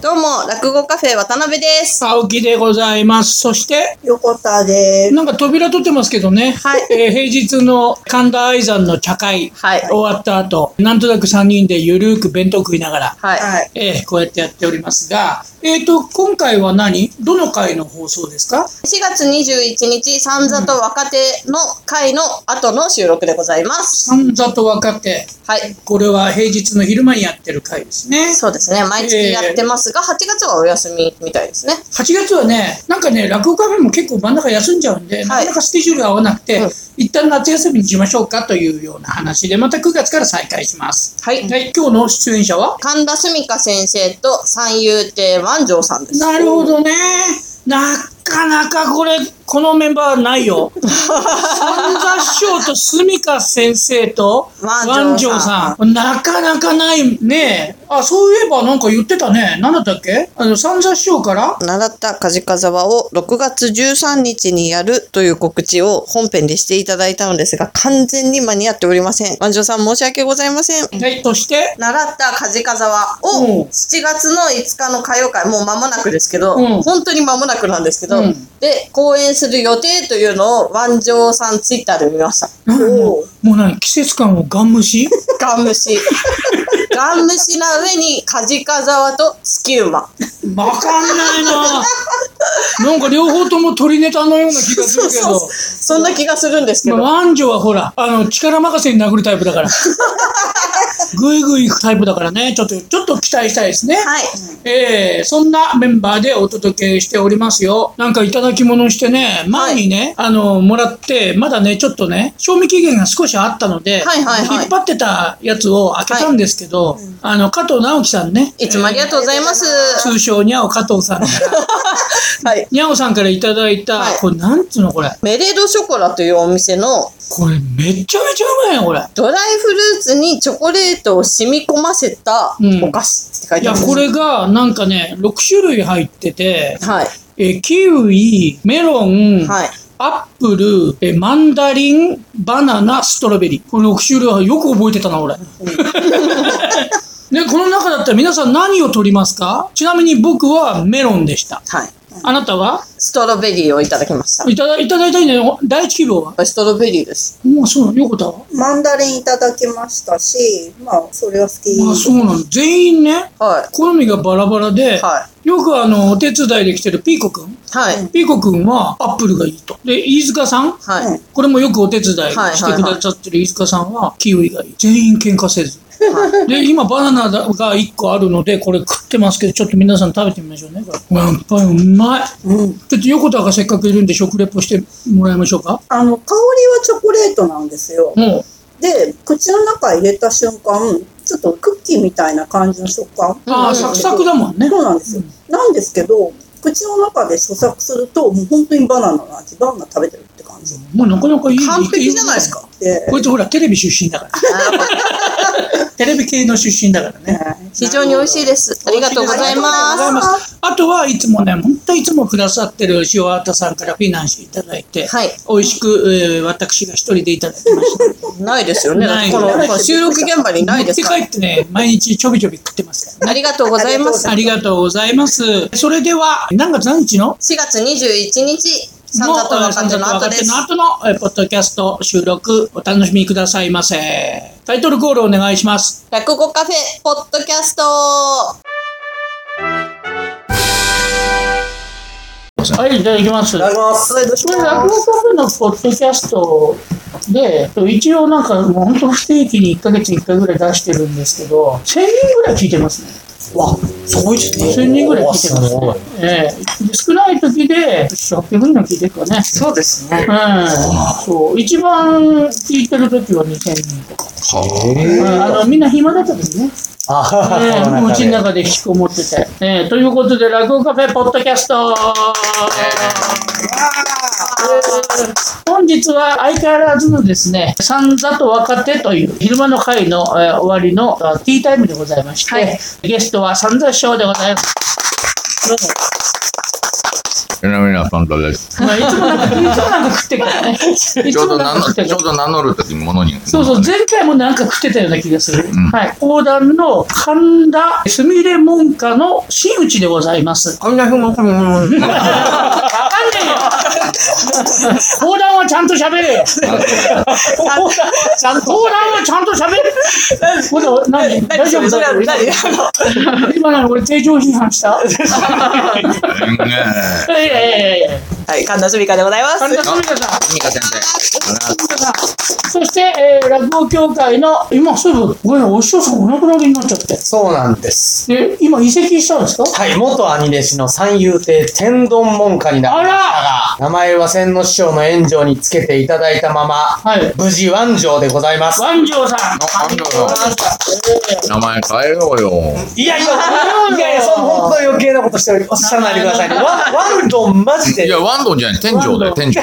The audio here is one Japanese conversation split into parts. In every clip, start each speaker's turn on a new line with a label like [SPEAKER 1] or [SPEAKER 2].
[SPEAKER 1] どうも、落語カフェ渡辺です。
[SPEAKER 2] 青木でございます。そして、
[SPEAKER 1] 横田です。
[SPEAKER 2] なんか扉取ってますけどね。
[SPEAKER 1] はい
[SPEAKER 2] えー平日の神田愛さんの茶会、
[SPEAKER 1] はい
[SPEAKER 2] 終わった後、なんとなく3人でゆるーく弁当食いながら、
[SPEAKER 1] はい。
[SPEAKER 3] はい。
[SPEAKER 2] えーこうやってやっておりますが、えっ、と、今回は何どの回の放送ですか
[SPEAKER 1] 4月21日、三座と若手の会の後の収録でございます。
[SPEAKER 2] 三座と若手。
[SPEAKER 1] はい。
[SPEAKER 2] これは平日の昼間にやってる回ですね。
[SPEAKER 1] そうですね、毎月やってますが、8月はお休みみたいですね。
[SPEAKER 2] 8月はね、なんかね、落語カフェも結構真ん中休んじゃうんで、なかなかスケジュールが合わなくて、
[SPEAKER 1] うん
[SPEAKER 2] 一旦夏休みにしましょうかというような話で、また9月から再開します。
[SPEAKER 1] はい。
[SPEAKER 2] はい、今日の出演者は
[SPEAKER 1] 神田澄香先生と三遊亭万丈さんです。
[SPEAKER 2] なるほどね。なかなかこれ、このメンバーないよ。三座師匠と住川先生と
[SPEAKER 1] 万丈さん
[SPEAKER 2] 万丈さん。なかなかないね。あ、そういえばなんか言ってたね。何だったっけあの、三座師匠から
[SPEAKER 1] 習ったカジカザワを6月13日にやるという告知を本編でしていただいたのですが、完全に間に合っておりません。万丈さん申し訳ございません。
[SPEAKER 2] はい、そして、
[SPEAKER 1] 習ったカジカザワ
[SPEAKER 2] う
[SPEAKER 1] を
[SPEAKER 2] ん
[SPEAKER 1] 7月の5日の歌謡会、もう間もなくですけど、
[SPEAKER 2] うん
[SPEAKER 1] 本当に間もなくなんですけど、
[SPEAKER 2] うん
[SPEAKER 1] で、公演する予定というのを万丈さんツイッターで見ました。
[SPEAKER 2] なんかも
[SPEAKER 1] お
[SPEAKER 2] うもう何季節感をガン無視
[SPEAKER 1] ガン虫。 ガン虫な上にカジカザワとスキウマ。
[SPEAKER 2] わかんないななんか両方とも鳥ネタのような気がするけど。
[SPEAKER 1] そんな気がするんですけ
[SPEAKER 2] ま
[SPEAKER 1] ど。
[SPEAKER 2] あ、ワンジョはほら、あの、力任せに殴るタイプ だから。ぐいぐい行くタイプだからね、ちょっと、ちょっと期待したいですね。
[SPEAKER 1] はい。
[SPEAKER 2] ええそんなメンバーでお届けしておりますよ。なんかいただき物してね、前にね、あの、もらって、まだね、ちょっとね、賞味期限が少しあったので、
[SPEAKER 1] はいはいはい
[SPEAKER 2] 引っ張ってたやつを開けたんですけど、あの、加藤直樹さんね、
[SPEAKER 1] いつもありがとうございます。
[SPEAKER 2] 通称にゃお加藤さんから、
[SPEAKER 1] はい。
[SPEAKER 2] にゃおさんからいただいた、
[SPEAKER 1] はい
[SPEAKER 2] これなんつうのこれ。
[SPEAKER 1] メレードショコラというお店の
[SPEAKER 2] これめちゃめちゃうまいよ、これ。
[SPEAKER 1] ドライフルーツにチョコレートを染み込ませた
[SPEAKER 2] うん
[SPEAKER 1] お菓子って書い
[SPEAKER 2] い
[SPEAKER 1] てあ
[SPEAKER 2] や、
[SPEAKER 1] るんです
[SPEAKER 2] これがなんかね、6種類入ってて、
[SPEAKER 1] はい。
[SPEAKER 2] えーキウイ、メロン、
[SPEAKER 1] はい。
[SPEAKER 2] アップル、えーマンダリン、バナナ、ストロベリー。この6種類はよく覚えてた な、俺。ね、この中だったら皆さん何を取りますかちなみに僕はメロンでした。
[SPEAKER 1] はい。
[SPEAKER 2] あなたは
[SPEAKER 1] ストロベリーをいただきました。
[SPEAKER 2] いただいただいたいんだよ。第一希望は
[SPEAKER 1] ストロベリーです。
[SPEAKER 2] もうそう、よかったわ。
[SPEAKER 3] マンダリンいただきましたし、まあ、それは好き。
[SPEAKER 2] あ、そうなの。全員ね、
[SPEAKER 1] は
[SPEAKER 2] 好みがバラバラで、
[SPEAKER 1] い。は
[SPEAKER 2] よくあの、お手伝いで来てるピーコくん。
[SPEAKER 1] い。はい。
[SPEAKER 2] ピーコくんはアップルがいいと。で、飯塚さん
[SPEAKER 1] はい。
[SPEAKER 2] これもよくお手伝いしてくださってる飯塚さんは、キウイがいい。全員喧嘩せず。で、今バナナが1個あるので、これ食ってますけど、ちょっと皆さん食べてみましょうね。これやっぱりうまい。
[SPEAKER 3] うん。
[SPEAKER 2] ちょっと横田がせっかくいるんで、食レポしてもらいましょうか。
[SPEAKER 3] あの、香りはチョコレートなんですよ。
[SPEAKER 2] も
[SPEAKER 3] で、口の中入れた瞬間、ちょっとクッキーみたいな感じの食感。
[SPEAKER 2] う、ああ、サクサクだもんね。
[SPEAKER 3] そうなんですよ。なんですけど、口の中で咀嚼すると、もう本当にバナナの味、バナナ食べてるって感じ。
[SPEAKER 2] もうなかなかいい。
[SPEAKER 1] 完璧じゃないですか。
[SPEAKER 3] で、
[SPEAKER 2] こいつほら、テレビ出身だから。テレビ系の出身だからね。
[SPEAKER 3] ね
[SPEAKER 1] 非常に美味しいです。ありがとうございます。
[SPEAKER 2] す。あとはいつもね、本当いつもくださってる塩畑さんからフィナンシェいただいて、
[SPEAKER 1] はい
[SPEAKER 2] 美味しく、えー私が一人でいただきました。
[SPEAKER 1] ないですよね。だっ
[SPEAKER 2] な
[SPEAKER 1] て
[SPEAKER 2] い
[SPEAKER 1] このこの収録現場にないですから
[SPEAKER 2] 持。って帰ってね、毎日ちょびちょび食ってますからね。
[SPEAKER 1] ありがとうございます。
[SPEAKER 2] ありがとうございます。それでは、何月何日の
[SPEAKER 1] 4月21日、三座と若手の後です。
[SPEAKER 2] の後のえーポッドキャスト収録、お楽しみくださいませ。タイトルコールお願いします。
[SPEAKER 1] 落語カフェ、ポッドキャスト
[SPEAKER 2] はい、いただきます。
[SPEAKER 3] いただきます。
[SPEAKER 2] これ、落語カフェのポッドキャストで、一応なんか、もう本当不定期に1ヶ月に1回ぐらい出してるんですけど、1000人ぐらい聞いてますね。
[SPEAKER 4] わ、すごいですね。
[SPEAKER 2] 1000人ぐらい聞いてます
[SPEAKER 4] うわすご
[SPEAKER 2] ね。
[SPEAKER 4] い。
[SPEAKER 2] ええで少ない時で、800人の聞いてるかね。
[SPEAKER 1] そうですね。
[SPEAKER 2] うん。そう。一番聞いてる時は2000人とか。うん
[SPEAKER 4] は
[SPEAKER 2] あの、みんな暇だったですね。
[SPEAKER 4] あ。あ
[SPEAKER 2] うん。もううちの中で引きこもってて。ええということで、落語カフェポッドキャスト本日は相変わらずのですね、三座と若手という昼間の会の、えー終わりのあティータイムでございまして、
[SPEAKER 1] はい
[SPEAKER 2] ゲストは三座師匠でございます。
[SPEAKER 5] ゆなみなパンダです。
[SPEAKER 2] まあいつもなんか、いつもなんか食ってるからね。い
[SPEAKER 5] ちょ
[SPEAKER 2] つ
[SPEAKER 5] う
[SPEAKER 2] も
[SPEAKER 5] ど
[SPEAKER 2] な
[SPEAKER 5] 名
[SPEAKER 2] んか食
[SPEAKER 5] 乗
[SPEAKER 2] ってる
[SPEAKER 5] ちょうど名乗る時に物に。
[SPEAKER 2] そうそう、
[SPEAKER 5] 物がね
[SPEAKER 2] 前回もなんか食ってたような気がする。
[SPEAKER 5] ん
[SPEAKER 2] はい。講談の神田すみれ門下の真打ちでございます。
[SPEAKER 1] あんなふもふも。
[SPEAKER 2] わかんねえよ講談はちゃんと喋れよ
[SPEAKER 1] ちゃんと。
[SPEAKER 2] 講談はちゃんと喋れほら何大丈夫
[SPEAKER 1] それ
[SPEAKER 2] 大
[SPEAKER 1] は
[SPEAKER 2] 丈
[SPEAKER 1] 何
[SPEAKER 2] 夫 今何俺定常批判した
[SPEAKER 5] うんね
[SPEAKER 2] い
[SPEAKER 5] え
[SPEAKER 2] やいやいやいや
[SPEAKER 1] はい、神田すみかでございます。
[SPEAKER 2] 神田すみれさん
[SPEAKER 5] ミカ先生。
[SPEAKER 2] そして、えー、落語協会の今すぐごめんお師匠さんお亡くなりになっちゃって
[SPEAKER 4] そうなんです。
[SPEAKER 2] で今移籍したんですか
[SPEAKER 4] はい、元兄弟子の三遊亭天丼門下になりましたが、名前は千之師匠の炎上につけていただいたまま、
[SPEAKER 2] はい
[SPEAKER 4] 無事万丈でございます。
[SPEAKER 2] 万丈さん
[SPEAKER 5] あ万丈さ名前変えようよ。
[SPEAKER 4] いやいや、いやいや、その本当に余計なことしておりおっしゃらないでくださいね。ワンワンドンマジで、
[SPEAKER 5] い
[SPEAKER 4] な
[SPEAKER 5] や、
[SPEAKER 4] ん
[SPEAKER 5] ワンドンじゃない。天井だよ、天井。
[SPEAKER 2] あ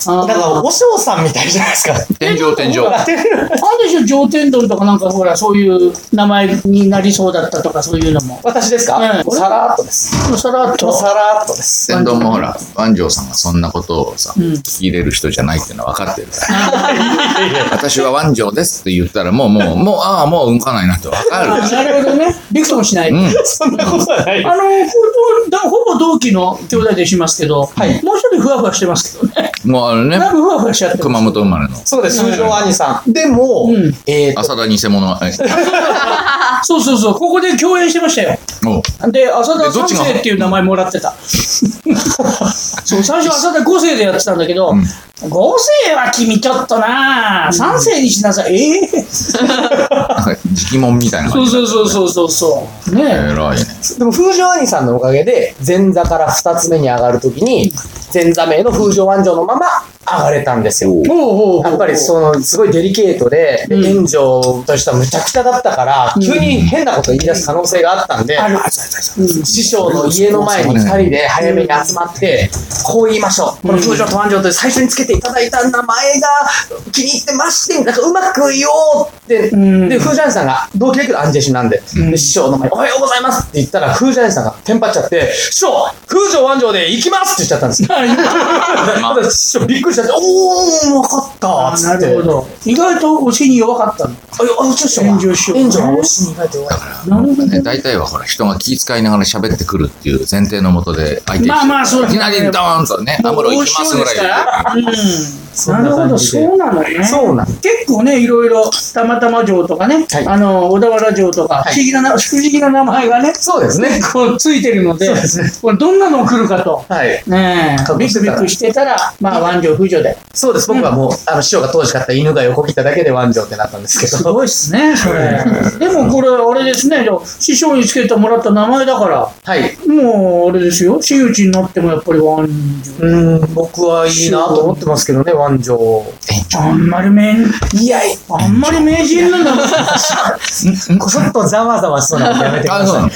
[SPEAKER 2] ー
[SPEAKER 4] かお嬢さんみたいじゃないですか。
[SPEAKER 5] 天井、天井。
[SPEAKER 2] なんでしょう上天丼とかなんかほらそういう名前になりそうだったとかそういうのも
[SPEAKER 4] 私ですか、
[SPEAKER 2] うん
[SPEAKER 4] さらっとです。
[SPEAKER 2] さらっと
[SPEAKER 4] さらっとです。
[SPEAKER 5] 天丼もほら、万丈さんがそんなことをさ、聞き入れる人じゃないっていうのは分かってるから。私は万丈ですって言ったら、もう、 もう、もう、ああ、もう動かないなって分かる。
[SPEAKER 2] なるほどねびくともしない、
[SPEAKER 5] う
[SPEAKER 2] あ
[SPEAKER 5] ん。
[SPEAKER 4] そんなことはない。
[SPEAKER 2] のほぼだほぼ同期の兄弟でしますけど、
[SPEAKER 4] はい
[SPEAKER 2] もう一人ふわふわしてますけど ね
[SPEAKER 5] もうあれね
[SPEAKER 2] だい、ぶふわふわしちゃってま
[SPEAKER 5] 熊
[SPEAKER 2] す
[SPEAKER 5] 本生まれの。
[SPEAKER 4] そうです、通常兄さん。でも、
[SPEAKER 2] うん
[SPEAKER 4] えーと、
[SPEAKER 5] 浅田偽物。 え
[SPEAKER 2] そうそうそうここで共演してましたよ
[SPEAKER 5] おう
[SPEAKER 2] で浅田
[SPEAKER 5] でどっ
[SPEAKER 2] 三
[SPEAKER 5] ちが
[SPEAKER 2] 世っていう名前もらってたそう最初浅田五世でやってたんだけど、五世は君ちょっとな三世にしなさいええ
[SPEAKER 5] なんか直問みたいな
[SPEAKER 2] そ
[SPEAKER 5] 感
[SPEAKER 2] う
[SPEAKER 5] じ。
[SPEAKER 2] そうそうそうそうそうねえ
[SPEAKER 5] 偉いね。
[SPEAKER 4] でも風情兄さんのおかげで、前座から二つ目に上がるときに、前座名の風情安城のまま上がれたんですよ。
[SPEAKER 2] ほうほうほう
[SPEAKER 4] やっぱりそのすごいデリケートで、
[SPEAKER 2] うん
[SPEAKER 4] 炎上としてはむちゃくちゃだったから、急に変なこと言い出す可能性があったんで、
[SPEAKER 2] ある
[SPEAKER 4] 師匠の家の前に2人で早めに集まって、こう言いましょう。この風情と安城という最初につけていただいた名前が気に入ってまして、なんかうまく言おうって、
[SPEAKER 2] ん
[SPEAKER 4] で、風情さんが同期だけど安城氏なんで、で師匠の前におはようございますって言ったら、風情さんがテンパっちゃって、師匠、風情安城で行きますって言っちゃったんですよ。
[SPEAKER 5] ま
[SPEAKER 4] だ
[SPEAKER 5] あ
[SPEAKER 4] から 師匠びっくりしちゃって、おー、わかったっつ
[SPEAKER 2] な
[SPEAKER 4] って。
[SPEAKER 2] るほど意外と推しに弱かったの
[SPEAKER 4] あ、いやあ、うちの師匠が
[SPEAKER 2] 炎上しよう
[SPEAKER 4] 炎上は推しに意外と弱い。
[SPEAKER 2] なるほど
[SPEAKER 5] ね、大体はほら人が気遣いながら喋ってくるっていう前提のもとで相手に
[SPEAKER 2] まあまあそう
[SPEAKER 5] い
[SPEAKER 2] です
[SPEAKER 5] き
[SPEAKER 2] ね
[SPEAKER 5] なりドーンとね、アムロ行きますぐらいで。
[SPEAKER 4] そ
[SPEAKER 2] なんるほ
[SPEAKER 4] 感
[SPEAKER 2] ど
[SPEAKER 4] じで
[SPEAKER 2] そうなのね
[SPEAKER 4] そうなん
[SPEAKER 2] 結構ねいろいろたまたま城とかね、
[SPEAKER 4] はい
[SPEAKER 2] あの小田原城とか、
[SPEAKER 4] はい
[SPEAKER 2] 不思議なな不思議な名前がね
[SPEAKER 4] そうですね。
[SPEAKER 2] こうついてるのでこれどんなの来るかと
[SPEAKER 4] はい。
[SPEAKER 2] ねえ
[SPEAKER 4] 覚
[SPEAKER 2] ビ
[SPEAKER 4] 悟し
[SPEAKER 2] ク
[SPEAKER 4] て
[SPEAKER 2] ビ
[SPEAKER 4] たら
[SPEAKER 2] クしてたらまあ万丈不条で
[SPEAKER 4] そうです。僕はもう、あの、師匠が当時買った犬が横切っただけでワンジョってなったんですけ
[SPEAKER 2] す
[SPEAKER 4] ど。
[SPEAKER 2] ごいっすねそれでもこれあれですねじゃあ師匠につけてもらった名前だから
[SPEAKER 4] はい。
[SPEAKER 2] もうあれですよ真打ちになってもやっぱり万丈
[SPEAKER 4] うーん、僕はいいなと思ってますけどね、ワンジョ。
[SPEAKER 2] あんまり名
[SPEAKER 4] いや、
[SPEAKER 2] あんまり名人なんだ
[SPEAKER 4] ちょっとざわざわしそうなことやめてくだ
[SPEAKER 5] あ、そう
[SPEAKER 4] さ
[SPEAKER 5] ないの。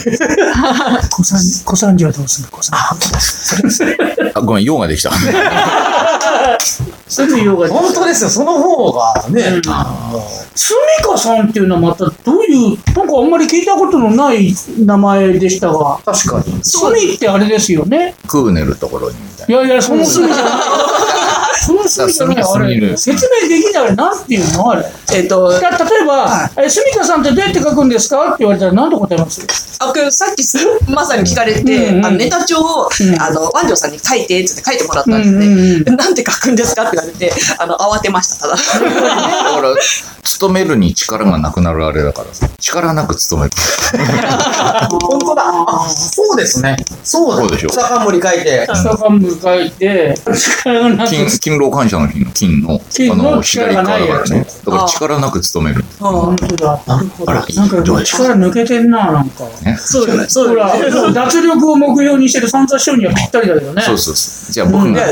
[SPEAKER 2] 小三小三治はどうする小三治。
[SPEAKER 5] あごめん、用ができた。
[SPEAKER 2] すぐ用が出て
[SPEAKER 4] 本当ですよ、その方がね。
[SPEAKER 2] すみかさんっていうのはまたどういう、なんかあんまり聞いたことのない名前でしたが、
[SPEAKER 4] 確かに。
[SPEAKER 2] すみってあれですよね。
[SPEAKER 5] クーネルところにみたい
[SPEAKER 2] いやいや、そのすみじゃない。 そのすみじゃない、あ
[SPEAKER 5] すみ
[SPEAKER 2] れ。
[SPEAKER 5] る
[SPEAKER 2] 説明できない、あれ、なんていうのあれ。
[SPEAKER 1] えっと、
[SPEAKER 2] た例えば、えすみかさんってどうやって書くんですかって言われたら何と答えます
[SPEAKER 1] あ、これさっきすまさに聞かれて、
[SPEAKER 2] うんうん
[SPEAKER 1] あのネタ帳を、
[SPEAKER 2] うん
[SPEAKER 1] あの、万丈さんに書いて、つって書いてもらったんですね。
[SPEAKER 2] うんうん
[SPEAKER 1] なんて書くんですかって言われて、あの、慌てました、ただ。
[SPEAKER 5] な。だから、勤めるに力がなくなるあれだからさ力なく勤める。
[SPEAKER 4] 本当だ。あそうですね。そうだ。
[SPEAKER 5] そうでしょ
[SPEAKER 4] 草冠書いて。
[SPEAKER 2] 下冠書いて、力がなく
[SPEAKER 5] 勤、勤労感謝の日の金の、
[SPEAKER 2] 金
[SPEAKER 5] あ
[SPEAKER 2] の
[SPEAKER 5] の、左側だからね。だから力なく勤める。
[SPEAKER 2] 本当だ。
[SPEAKER 4] なるほ
[SPEAKER 5] あら、
[SPEAKER 2] なんか
[SPEAKER 5] どうでしょ
[SPEAKER 2] 力抜けてんな、なんか。
[SPEAKER 5] うね。
[SPEAKER 1] そうだね、そ
[SPEAKER 2] ほ
[SPEAKER 1] う
[SPEAKER 2] ら
[SPEAKER 1] だね。、
[SPEAKER 2] 脱力を目標にしてる三座師匠にはぴったりだけどね。
[SPEAKER 5] そうそうそう。じゃあ僕が、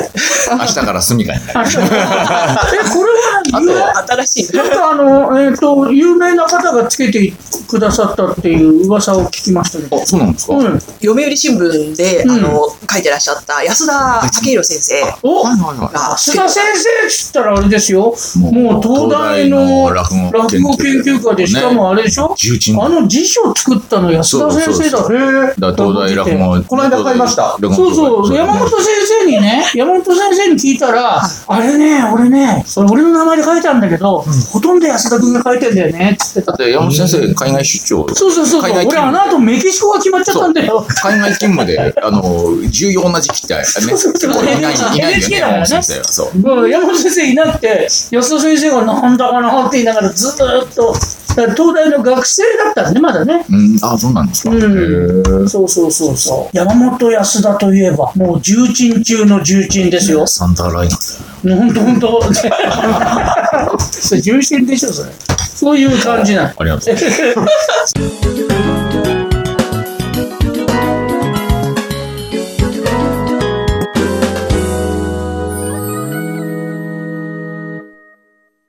[SPEAKER 5] 明日から住みかに なる。
[SPEAKER 2] あそうえ、これは
[SPEAKER 5] あ
[SPEAKER 2] 有名、
[SPEAKER 5] と、
[SPEAKER 1] 新しいね。
[SPEAKER 2] なんかあの、えっ、と、有名な方がつけてくださったっていう噂を聞きましたけど。
[SPEAKER 5] あ、そうなんですか
[SPEAKER 2] うん。
[SPEAKER 1] 読売新聞で、
[SPEAKER 2] うん
[SPEAKER 1] あの、書いてらっしゃった安田明宏先生
[SPEAKER 2] お
[SPEAKER 5] はいはいはい
[SPEAKER 1] が、
[SPEAKER 2] 須田先生っつったらあれですよ。
[SPEAKER 5] もう
[SPEAKER 2] もう東大の
[SPEAKER 5] 東大の
[SPEAKER 2] 落
[SPEAKER 5] 落
[SPEAKER 2] 語
[SPEAKER 5] 語
[SPEAKER 2] 研
[SPEAKER 5] 研
[SPEAKER 2] 究
[SPEAKER 5] 究
[SPEAKER 2] 会
[SPEAKER 5] 会
[SPEAKER 2] で、
[SPEAKER 5] で
[SPEAKER 2] しかもあれでしょ
[SPEAKER 5] 重鎮
[SPEAKER 2] あの辞書作ったの安田先生
[SPEAKER 5] そうそうそ
[SPEAKER 2] だ。へえ。
[SPEAKER 5] だから東大落語
[SPEAKER 4] この間買いました
[SPEAKER 5] 東大
[SPEAKER 2] そう
[SPEAKER 5] 落語
[SPEAKER 2] そう、山本先生に ね、山本先生に聞いたら、あれね、俺ね、それ俺の名前で書いたんだけど、ほとんど安田君が書いてんだよね、つって
[SPEAKER 5] だ
[SPEAKER 2] た
[SPEAKER 5] っ。て山本先生、海外出張。
[SPEAKER 2] そうそうそう、
[SPEAKER 5] 海外
[SPEAKER 2] 俺
[SPEAKER 5] 勤
[SPEAKER 2] あの
[SPEAKER 5] 務
[SPEAKER 2] 後メキシコが決まっちゃったんだよ。
[SPEAKER 5] 海外勤務で、あの、重要な時期って、ね、結構いない、いないよ
[SPEAKER 2] NHK
[SPEAKER 5] ね、
[SPEAKER 2] だからね
[SPEAKER 5] 山本先生は。そう。
[SPEAKER 2] うん山本先生いなくて、安田先生がなんだかなって言いながらずーっと、だから東大の学生だったんで、まだね。
[SPEAKER 5] うん、あ、そうなんですか。
[SPEAKER 2] うん
[SPEAKER 5] へー
[SPEAKER 2] そうそうそうそう。山本安田といえば、もう重鎮中の重鎮ですよ。
[SPEAKER 5] サンダーライナ
[SPEAKER 2] ね
[SPEAKER 5] ー
[SPEAKER 2] ほんとほんと。 それ重心でしょ、それ。そういう感じなの。
[SPEAKER 5] ありがとうございます。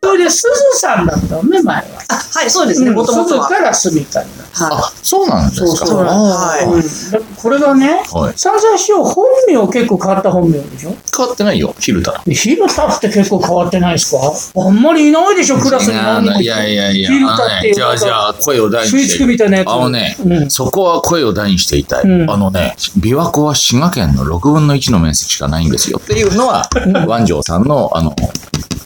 [SPEAKER 2] それで、すずさんだったのね、前は。
[SPEAKER 3] あはい、そうですね、もとも
[SPEAKER 2] す
[SPEAKER 3] と
[SPEAKER 2] ず
[SPEAKER 3] は。
[SPEAKER 2] からすみたいな。
[SPEAKER 5] あ、そうなんですか。
[SPEAKER 2] そうそう
[SPEAKER 3] はい
[SPEAKER 5] あー
[SPEAKER 2] だこれがね、
[SPEAKER 5] はい
[SPEAKER 2] 三々師匠、本名結構変わった本名でしょ
[SPEAKER 5] 変わってないよ、昼太。
[SPEAKER 2] ヒルタって結構変わってないですかあんまりいないでしょ、クラスに何人も
[SPEAKER 5] いやいやいや、
[SPEAKER 2] 昼太っていう
[SPEAKER 5] じゃあじゃあ、声を大にして。
[SPEAKER 2] 吸い付くみたいなやつ
[SPEAKER 5] あのね、
[SPEAKER 2] うん
[SPEAKER 5] そこは声を大にしていたい。
[SPEAKER 2] うん
[SPEAKER 5] あのね、琵琶湖は滋賀県の6分の1の面積しかないんですよ。っていうのは、万丈さんの、あの、もう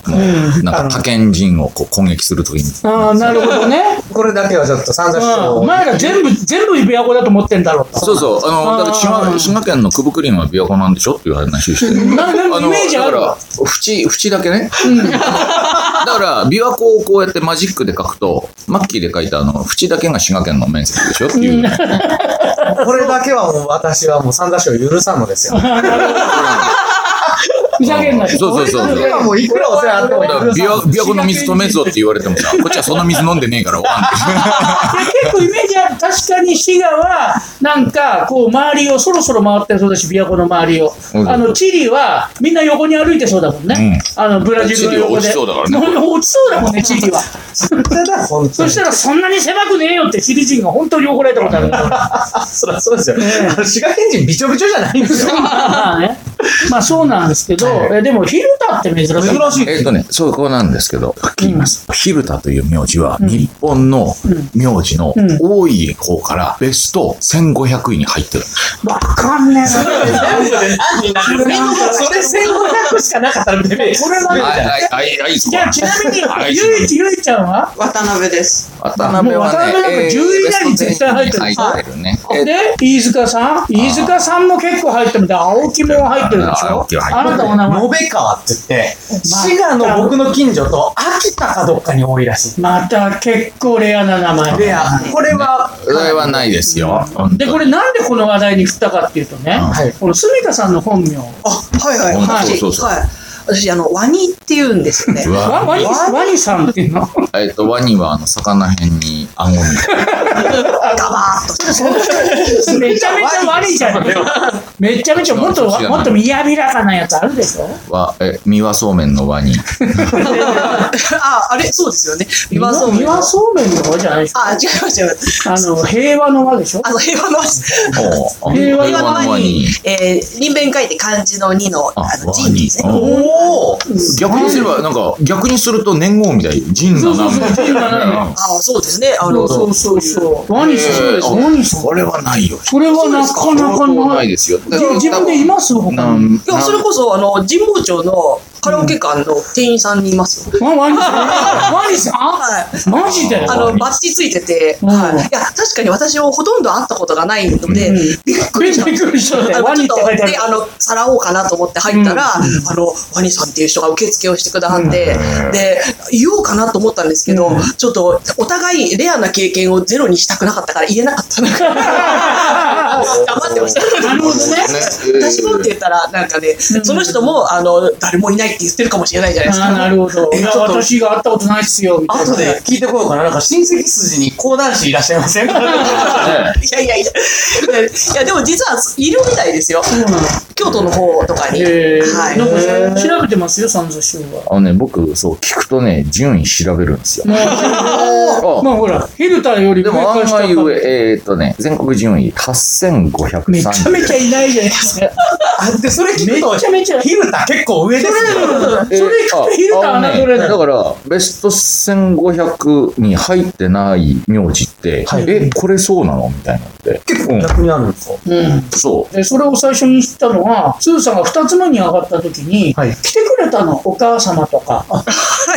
[SPEAKER 2] うん
[SPEAKER 5] なんか派遣人をこう攻撃するときに。
[SPEAKER 2] ああ、なるほど ね。
[SPEAKER 4] これだけはちょっと散々して
[SPEAKER 2] うん、お前ら全部、全部琵琶湖だと思ってんだろうと。
[SPEAKER 5] そうそう、
[SPEAKER 2] あ
[SPEAKER 5] あ
[SPEAKER 2] ー
[SPEAKER 5] の、だから滋賀滋賀県の久保クリームは琵琶湖なんでしょっていう話して。
[SPEAKER 2] なんか
[SPEAKER 5] あ
[SPEAKER 2] イ
[SPEAKER 5] の
[SPEAKER 2] メージあ
[SPEAKER 5] だ
[SPEAKER 2] る
[SPEAKER 5] から
[SPEAKER 2] わ。、
[SPEAKER 5] 縁、縁 だけね。だから、琵琶湖をこうやってマジックで書くと、マッキーで書いたあの、縁だけが滋賀県の面積でしょっていう。
[SPEAKER 4] これだけはもう私はもう三田師匠許さんのですよ。
[SPEAKER 2] ふざけんなよ。
[SPEAKER 5] そうそうそう
[SPEAKER 4] 俺だけはもういくらお世話あっても
[SPEAKER 5] だから
[SPEAKER 4] 許
[SPEAKER 5] 琵琶
[SPEAKER 4] さん
[SPEAKER 5] 琵琶湖の水止めぞって言われ てもさ、こっちはその水飲んでねえから、わかんない
[SPEAKER 2] いや結構イメージある確かに滋賀はなんかこう周りをそろそろ回ってそうだし琵琶湖の周りを、
[SPEAKER 5] うん
[SPEAKER 2] あのチリはみんな横に歩いてそうだもんね、あのブラジルの横で
[SPEAKER 5] チリ落ちそうだから ね
[SPEAKER 2] もう落ちそうだもんねチリは
[SPEAKER 4] だから本当
[SPEAKER 2] そ
[SPEAKER 4] に
[SPEAKER 2] し。たらそんなに狭くねえよってチリ人が本当に怒られたことあるから
[SPEAKER 4] そりゃそうですよ。あの滋賀県人びちょびちょじゃないんですよ。
[SPEAKER 2] まあねまあそうなんですけど、
[SPEAKER 4] はい
[SPEAKER 2] えでも昼太って珍しい
[SPEAKER 4] 珍しい。
[SPEAKER 5] えっとね、そこなんですけど、はっきり言います。蛭田という名字は、日本の名字の
[SPEAKER 2] うん
[SPEAKER 5] 多い方から、ベスト1500位に入ってる。
[SPEAKER 2] わかんねえな
[SPEAKER 4] それ1500しかなかったらベベ。
[SPEAKER 2] これ
[SPEAKER 5] あ
[SPEAKER 2] はね
[SPEAKER 5] ああい、あい、そこ
[SPEAKER 2] じゃあちな みに
[SPEAKER 5] あい
[SPEAKER 2] ゆいちゆいちゃんは
[SPEAKER 1] 渡辺です。
[SPEAKER 5] 渡辺はね、
[SPEAKER 2] もう渡辺なんか10
[SPEAKER 5] えー
[SPEAKER 2] 位以内に絶対入ってる
[SPEAKER 5] ベスト10に入ってるね。え
[SPEAKER 2] で、飯塚さん飯塚さんも結構入ってるんだ。青木も入ってるでし
[SPEAKER 5] あ青
[SPEAKER 2] ょ
[SPEAKER 5] 木は入
[SPEAKER 2] あ
[SPEAKER 5] ってる
[SPEAKER 2] なたお名前。
[SPEAKER 4] 延川って言って、滋賀の僕の近所と秋田かどっかに多いらしい。
[SPEAKER 2] また結構レアな名前。
[SPEAKER 4] で、あこれは、
[SPEAKER 5] それはないですよ。
[SPEAKER 2] で、これなんでこの話題に振ったかっていうとね、
[SPEAKER 4] はい
[SPEAKER 2] この住田さんの本名、
[SPEAKER 3] あ、はいはい
[SPEAKER 5] うん
[SPEAKER 3] はい。
[SPEAKER 5] そうそうそう
[SPEAKER 3] はい。私、あの、ワニって言うんですね
[SPEAKER 5] う。わ
[SPEAKER 2] ワワニワニさんっていうの。
[SPEAKER 5] えっと、ワニは、あの、魚辺に顎みたいな。
[SPEAKER 3] ガバーっと来て。
[SPEAKER 2] めちゃめちゃワニじゃん。めちゃめちゃもっと
[SPEAKER 5] 知らない
[SPEAKER 2] もっとみやびらかなやつあるでしょ。
[SPEAKER 5] わ、え、三輪そうめんのワ ニ。
[SPEAKER 3] あ、あれ、そうですよね。見まそう。
[SPEAKER 2] 三輪そうめんの方じゃないでしょ。
[SPEAKER 3] あ、違います、違いま
[SPEAKER 2] あ
[SPEAKER 3] す。
[SPEAKER 2] の平和の輪でしょ。
[SPEAKER 3] あの、平和の、
[SPEAKER 5] おう
[SPEAKER 2] 平和
[SPEAKER 3] 平和の
[SPEAKER 5] ワ
[SPEAKER 3] 輪に
[SPEAKER 5] ニ。、
[SPEAKER 3] えー、臨弁書いて漢字の2の、
[SPEAKER 5] あ
[SPEAKER 3] あの、
[SPEAKER 5] ワ
[SPEAKER 3] 陣
[SPEAKER 5] ニ
[SPEAKER 3] ですね。
[SPEAKER 5] おお逆にすれば、なんか、逆にすると年号みたい。人
[SPEAKER 2] そ
[SPEAKER 5] の
[SPEAKER 2] うそう
[SPEAKER 5] 名
[SPEAKER 2] そう。
[SPEAKER 5] 前。
[SPEAKER 2] そう
[SPEAKER 5] うん
[SPEAKER 3] あ、そうですね。あの、
[SPEAKER 2] そうそうそう。ワニさんそうです。
[SPEAKER 5] えー
[SPEAKER 2] ワニさん。
[SPEAKER 5] これはないよ。
[SPEAKER 2] これはなかなか
[SPEAKER 5] 相当
[SPEAKER 2] な
[SPEAKER 5] ない
[SPEAKER 2] い。
[SPEAKER 5] ですよ。
[SPEAKER 2] じ自分でいます他
[SPEAKER 5] な
[SPEAKER 2] に。
[SPEAKER 5] ん
[SPEAKER 3] いや、それこそ、あの、神保町のカラオケ館の店員さんにいますよ。
[SPEAKER 2] ワワニさん。ワニさ
[SPEAKER 3] はい。
[SPEAKER 2] ん。マジで。
[SPEAKER 3] あの、バッチついてて、
[SPEAKER 2] うん
[SPEAKER 3] はい。いや、確かに私もほとんど会ったことがないので、
[SPEAKER 2] うん
[SPEAKER 3] びっくりした。
[SPEAKER 2] びっくりしたね
[SPEAKER 3] あの
[SPEAKER 2] ワニって書いてある
[SPEAKER 3] ちょっとで、あの、さらおうかなと思って入ったら、あの、ワニさんっていう人が受付をしてくださって、で、言おうかなと思ったんですけど、ちょっと、お互いレアな経験をゼロにしたくなかったから言えなかったな。黙ってました。
[SPEAKER 2] なるほどね
[SPEAKER 3] 私もって言ったら、なんかね、その人も、あの、誰もいないって言ってるかもしれないじゃないです
[SPEAKER 2] あ
[SPEAKER 3] か。
[SPEAKER 2] ーなるほど。
[SPEAKER 3] え
[SPEAKER 2] いや
[SPEAKER 3] ちょっと
[SPEAKER 2] 私が会ったことないっすよ。みたいな
[SPEAKER 4] 後で聞いてこようかな。なんか親戚筋に講談師いらっしゃいま せんか
[SPEAKER 3] いやいやいや、いやでも実はいるみたいですよ。
[SPEAKER 2] そうなの。
[SPEAKER 3] 京都の方とかに。
[SPEAKER 2] えー
[SPEAKER 3] はい
[SPEAKER 2] なんか調べてますよ、三座師匠は。
[SPEAKER 5] あのね、僕、そう、聞くとね、順位調べるんです よ。
[SPEAKER 2] まあほら、ヘルタより
[SPEAKER 5] で
[SPEAKER 2] 上
[SPEAKER 5] も
[SPEAKER 2] か
[SPEAKER 5] 案
[SPEAKER 2] 下か。
[SPEAKER 5] 外上、えーっとね、全国順位8500
[SPEAKER 2] めちゃめちゃいないじゃないですか。
[SPEAKER 4] あで、それ聞くと、
[SPEAKER 2] めちゃめちゃ
[SPEAKER 4] ヒルタ結構上ですよ。
[SPEAKER 5] えー
[SPEAKER 2] それから入れた
[SPEAKER 5] あ
[SPEAKER 2] ら
[SPEAKER 5] あの
[SPEAKER 2] 侮れない
[SPEAKER 5] だから、ベスト1500に入ってない名字って、
[SPEAKER 4] はい
[SPEAKER 5] え、これそうなのみたいなのって。
[SPEAKER 4] 結構逆にあるんですか
[SPEAKER 2] うん。
[SPEAKER 5] そ
[SPEAKER 2] で、それを最初に知ったのは、スーさんが二つ目に上がった時に、
[SPEAKER 4] はい
[SPEAKER 2] 来てくれたの、お母様とか、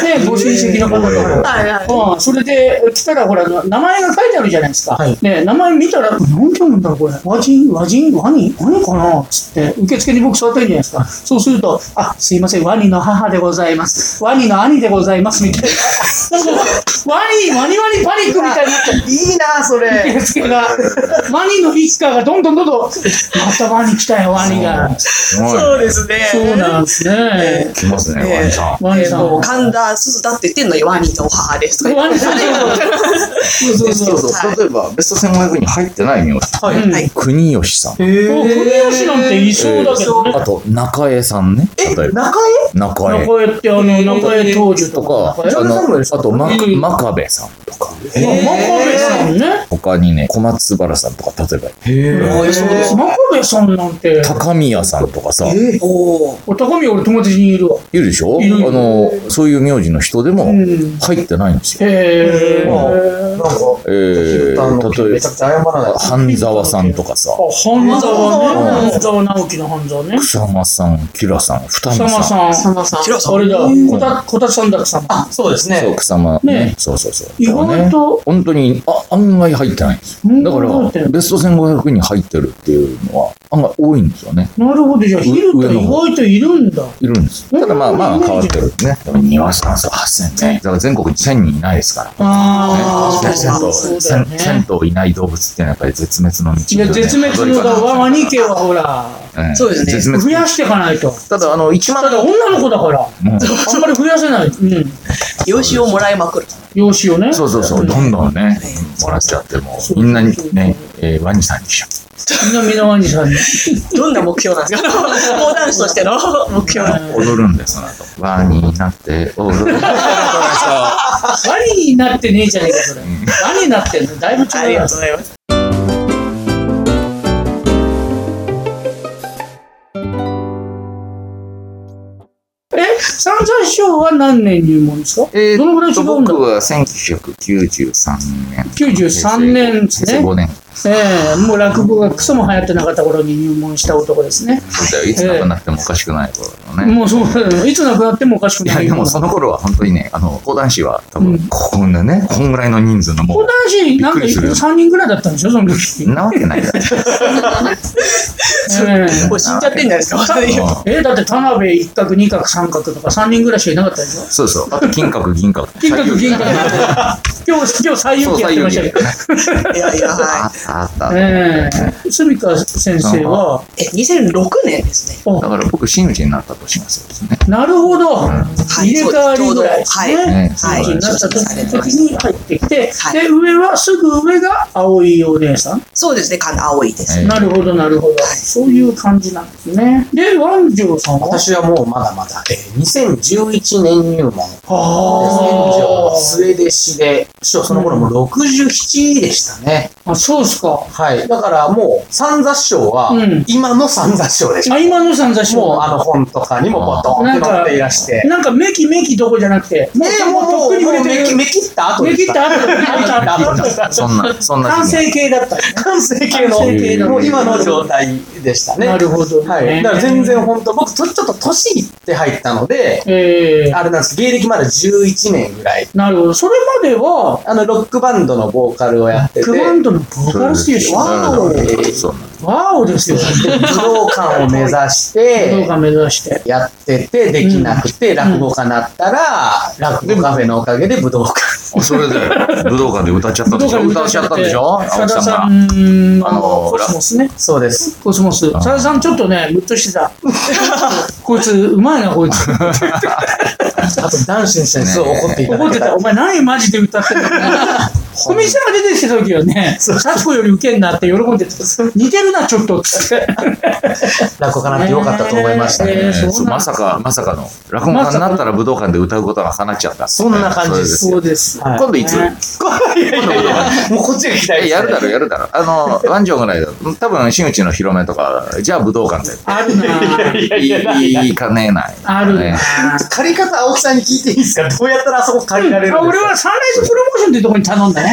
[SPEAKER 2] ね、ご親戚の方と
[SPEAKER 5] へー
[SPEAKER 2] か。
[SPEAKER 3] はいはい。
[SPEAKER 2] うん、それで来たらほら名前が書いてあるじゃないですか、
[SPEAKER 4] はい
[SPEAKER 2] ね、名前見たら何て読むんだろうこれ和人和人ワニワニかなっつって受付に僕座ってるじゃないですかそうすると「あすいませんワニの母でございますワニの兄でございます」みたいななんかワニワニワニパニックみたいになって
[SPEAKER 4] いい な、それ。
[SPEAKER 2] 受付がワニのいつかがどんどんどんどんまたワニ来たよワニが
[SPEAKER 5] う。はい
[SPEAKER 3] そうですね。
[SPEAKER 2] そうなんですね
[SPEAKER 5] 来ますね、
[SPEAKER 3] ええ
[SPEAKER 5] ワンちゃん。
[SPEAKER 2] ワニ
[SPEAKER 3] えっ
[SPEAKER 2] さん
[SPEAKER 3] と、神田鈴だって言ってんのよ、ワニの母ですとか言
[SPEAKER 2] ワ
[SPEAKER 3] って。
[SPEAKER 2] ニさんそうそうそうう
[SPEAKER 3] は
[SPEAKER 5] そそう。
[SPEAKER 3] い
[SPEAKER 5] 例えば、ベスト1500に入ってない名字。
[SPEAKER 4] はい
[SPEAKER 2] うん
[SPEAKER 3] はい
[SPEAKER 5] 国吉さん。
[SPEAKER 2] もう国吉なんていそうだけどね
[SPEAKER 5] あと、中江さんね。例えば。
[SPEAKER 4] 中
[SPEAKER 5] 中江
[SPEAKER 2] 中江ってあの中江東樹
[SPEAKER 5] と
[SPEAKER 2] と
[SPEAKER 5] か、
[SPEAKER 2] か
[SPEAKER 5] あ
[SPEAKER 2] 中江
[SPEAKER 4] 江さんもで
[SPEAKER 5] のあ
[SPEAKER 4] すか
[SPEAKER 5] と、ま
[SPEAKER 2] うん
[SPEAKER 5] 真壁さんとか。
[SPEAKER 4] 江
[SPEAKER 2] まあ真壁さんね
[SPEAKER 5] 他にね、小松原さんとか、例えば、
[SPEAKER 4] へ
[SPEAKER 3] いそうです
[SPEAKER 2] 真壁さんなんて
[SPEAKER 5] 高宮さんとかさ、い
[SPEAKER 4] え
[SPEAKER 3] おー
[SPEAKER 2] お高見俺友達にいるわ
[SPEAKER 5] るでしょあ
[SPEAKER 2] いる
[SPEAKER 5] の、そういう名字の人でも
[SPEAKER 2] うん
[SPEAKER 5] 入ってないんですよ。
[SPEAKER 2] へえ
[SPEAKER 4] なんか、
[SPEAKER 5] えー、例え
[SPEAKER 4] めちゃくちゃ謝らない
[SPEAKER 5] ば、。半沢さんとかさ、
[SPEAKER 2] あ半沢ね半沢直樹の半沢ね
[SPEAKER 5] 草間さん、キラさん、
[SPEAKER 2] 草
[SPEAKER 5] 二間
[SPEAKER 2] 間
[SPEAKER 5] さん。
[SPEAKER 2] さん
[SPEAKER 3] さんまさん。
[SPEAKER 2] あれだこたこたつさんだくさん
[SPEAKER 4] あ、そうです
[SPEAKER 5] そう、
[SPEAKER 4] ね。
[SPEAKER 5] 草間ね
[SPEAKER 2] ね。
[SPEAKER 5] そうそうそう。
[SPEAKER 2] 意外と
[SPEAKER 5] 本当に、あ、案外入ってないんです
[SPEAKER 2] う
[SPEAKER 5] よ。
[SPEAKER 2] ん
[SPEAKER 5] だ
[SPEAKER 2] 入って
[SPEAKER 5] か
[SPEAKER 2] な
[SPEAKER 5] ら、
[SPEAKER 2] い
[SPEAKER 5] ベスト1500に入ってるっていうのは、案外多いんですよね。
[SPEAKER 2] なるほどじゃあヒルタ意外といるんだ
[SPEAKER 5] いるんです。ただまあまあ変わってるね。でも2万3千8000ね。だから全国に1000人いないですから。
[SPEAKER 2] ああ
[SPEAKER 5] ね
[SPEAKER 3] そうか
[SPEAKER 2] そうだよね
[SPEAKER 5] 1000頭いない動物っていうのはやっぱり絶滅の道
[SPEAKER 2] いや絶滅のだワワニ系はほら
[SPEAKER 5] うん
[SPEAKER 3] そうですね
[SPEAKER 5] 絶
[SPEAKER 2] 増
[SPEAKER 5] 滅。
[SPEAKER 2] やしていかないと
[SPEAKER 5] ただあの、1
[SPEAKER 2] た
[SPEAKER 5] 万
[SPEAKER 2] だ女の子だから
[SPEAKER 5] うん
[SPEAKER 2] あんまり増やせない、うん、
[SPEAKER 3] 養子をもらいまくる。
[SPEAKER 2] 養子をね。
[SPEAKER 5] そうそうそう、
[SPEAKER 2] ん
[SPEAKER 5] どんどんね、もらっちゃって、もうみんなにね、えーワニさんにしちゃ
[SPEAKER 2] みんなみんなワニさんに。
[SPEAKER 3] どんな目標なん ですか講談師としての目標。
[SPEAKER 5] う。踊るんです、その後。ワニになって踊る。
[SPEAKER 2] ワニになってねえじゃねえか、それ。ワニになってんの、だいぶ違う。
[SPEAKER 3] ありがとうございます。
[SPEAKER 2] え、三山師匠は何年入門ですか、
[SPEAKER 5] えーっと
[SPEAKER 2] どのぐらい違うんだ
[SPEAKER 5] 僕は1993年。
[SPEAKER 2] ?93 年ですね。
[SPEAKER 5] 5年。
[SPEAKER 2] ええもう落語がクソも流行ってなかった頃に入門した男ですね。
[SPEAKER 5] そうだよいつ亡くなってもおかしくない頃のね。
[SPEAKER 2] もうそうだよねいつ亡くなってもおかしく
[SPEAKER 5] い
[SPEAKER 2] な
[SPEAKER 5] や、
[SPEAKER 2] い
[SPEAKER 5] で
[SPEAKER 2] よう
[SPEAKER 5] も
[SPEAKER 2] な。
[SPEAKER 5] その頃は本当にね、あの、講談師は多
[SPEAKER 2] う
[SPEAKER 5] 分
[SPEAKER 2] ん、
[SPEAKER 5] こんなね、こんぐらいの人数のも
[SPEAKER 2] 講
[SPEAKER 5] う、
[SPEAKER 2] 談師、なんか
[SPEAKER 5] びっくりするよ
[SPEAKER 2] 3人ぐらいだったんでしょ、その時。
[SPEAKER 5] なわけないだろ。
[SPEAKER 2] ええ
[SPEAKER 3] もう死んじゃってんじゃないですか。
[SPEAKER 2] えだって田辺一角、二角、三角とか3人ぐらいしかいなかったでしょ
[SPEAKER 5] そうそう。あと、金閣、銀閣。
[SPEAKER 2] 金閣銀閣今日今日最有機やってましたけど、
[SPEAKER 3] いや いや、
[SPEAKER 5] あ
[SPEAKER 3] は
[SPEAKER 5] ったあった。
[SPEAKER 2] ええ住川先生は、
[SPEAKER 3] い。え、2006年ですね。
[SPEAKER 5] だ
[SPEAKER 2] お
[SPEAKER 5] から僕、真打ちになった年がそうですね。
[SPEAKER 2] なるほど、
[SPEAKER 3] い
[SPEAKER 2] 入れ替わりぐらいです
[SPEAKER 3] そうですちょうどはい
[SPEAKER 2] ね。
[SPEAKER 5] はい
[SPEAKER 2] 真打ちになった時に入ってきて、
[SPEAKER 3] はい
[SPEAKER 2] で上はすぐ上が青いお姉さん、
[SPEAKER 3] そうですね、神田青いです。
[SPEAKER 5] えー
[SPEAKER 2] なるほどなるほど、
[SPEAKER 3] はい
[SPEAKER 2] そういう感じなんですねで万丈さんは
[SPEAKER 4] 私はもうまだまだ、えー2011年入門です
[SPEAKER 2] あ
[SPEAKER 4] ね。末弟子で、師匠その頃もう67でしたね。
[SPEAKER 2] ーあそうっすか
[SPEAKER 4] はい。だからもう、三座師匠は
[SPEAKER 2] うん、
[SPEAKER 4] 今の三座師匠でし
[SPEAKER 2] あ
[SPEAKER 4] た。
[SPEAKER 2] 今のさん雑誌
[SPEAKER 4] もうあの本とかにもボトンって載っていらして。
[SPEAKER 2] なんかめきめきどこじゃなくて も
[SPEAKER 4] ね
[SPEAKER 2] う
[SPEAKER 4] もう、
[SPEAKER 2] もうと
[SPEAKER 4] も
[SPEAKER 2] っ
[SPEAKER 4] う、
[SPEAKER 2] くに触れ
[SPEAKER 4] もう、
[SPEAKER 2] て
[SPEAKER 4] め
[SPEAKER 2] る
[SPEAKER 4] き、めきった後
[SPEAKER 2] め
[SPEAKER 4] で
[SPEAKER 2] き
[SPEAKER 4] し。
[SPEAKER 2] ったた後
[SPEAKER 4] めきった後
[SPEAKER 5] そんな、そんな
[SPEAKER 2] 完
[SPEAKER 5] 時期
[SPEAKER 2] 成形だったね
[SPEAKER 4] 完成形の、
[SPEAKER 2] 完成
[SPEAKER 5] 形の
[SPEAKER 4] もう今の状態でしたね。
[SPEAKER 2] なるほどね
[SPEAKER 4] はい。だから全然本当、僕、ちょちょっと年いって入ったので、
[SPEAKER 2] ええ
[SPEAKER 4] あれなんです芸歴まだ11年ぐらい。
[SPEAKER 2] なるほどそれまでは
[SPEAKER 4] あの、ロックバンドのボーカルをやってて、
[SPEAKER 2] クバンドのボーカルステーションわ
[SPEAKER 5] だか
[SPEAKER 2] お
[SPEAKER 5] らだからそうなんです
[SPEAKER 2] わおですよ
[SPEAKER 4] 武道館を目指し
[SPEAKER 2] どう
[SPEAKER 4] て、
[SPEAKER 2] か目指して
[SPEAKER 4] やってて、できなくて、落語家になったら、落語カフェのおかげで武道館。
[SPEAKER 5] それで、武道館で歌っちゃったんでしょ歌っちゃったんでしょ青
[SPEAKER 2] さ
[SPEAKER 5] 木
[SPEAKER 2] だ
[SPEAKER 5] さ
[SPEAKER 2] さ
[SPEAKER 5] んが。
[SPEAKER 2] ん
[SPEAKER 5] あ
[SPEAKER 2] あの
[SPEAKER 5] の
[SPEAKER 2] コスモスね
[SPEAKER 4] そうです。
[SPEAKER 2] コスモス
[SPEAKER 5] あ
[SPEAKER 2] さださんちょっとねムッとしてたこいつうまいなこいつ
[SPEAKER 4] あと、男子の人にすごい怒っていただ
[SPEAKER 2] 怒っ
[SPEAKER 4] い
[SPEAKER 2] てたお前何マジで歌ってんの小道さんが出てきた時はね、幸子よりウケんなって喜んでた。似てるな、ちょっと、つって。
[SPEAKER 4] 落語家になってよかったと思いましたね。
[SPEAKER 2] えーそうなんだ
[SPEAKER 5] そうまさか、まさかの。落語家になったら武道館で歌うことが叶っちゃった。
[SPEAKER 4] そんな感じです
[SPEAKER 5] そ
[SPEAKER 2] そううです。
[SPEAKER 4] はい
[SPEAKER 5] 今度いつ
[SPEAKER 2] ね
[SPEAKER 4] いやいやいや もうこっちが期待
[SPEAKER 5] えやるだろ、やるだろ。あの、ワンジョーぐらいだと。多分、真打ちの広めとか、じゃあ武道館で。
[SPEAKER 2] あるな。
[SPEAKER 4] いやい
[SPEAKER 5] い
[SPEAKER 4] やいやない
[SPEAKER 5] いいいかねえない。
[SPEAKER 2] ある
[SPEAKER 5] ね
[SPEAKER 2] な。
[SPEAKER 4] 借り方、青木さんに聞いていいですかどうやったらあそこ借りられるん
[SPEAKER 2] あ
[SPEAKER 4] です
[SPEAKER 2] 俺
[SPEAKER 4] か
[SPEAKER 2] はサンライズプロモーションっていうところに頼んだね。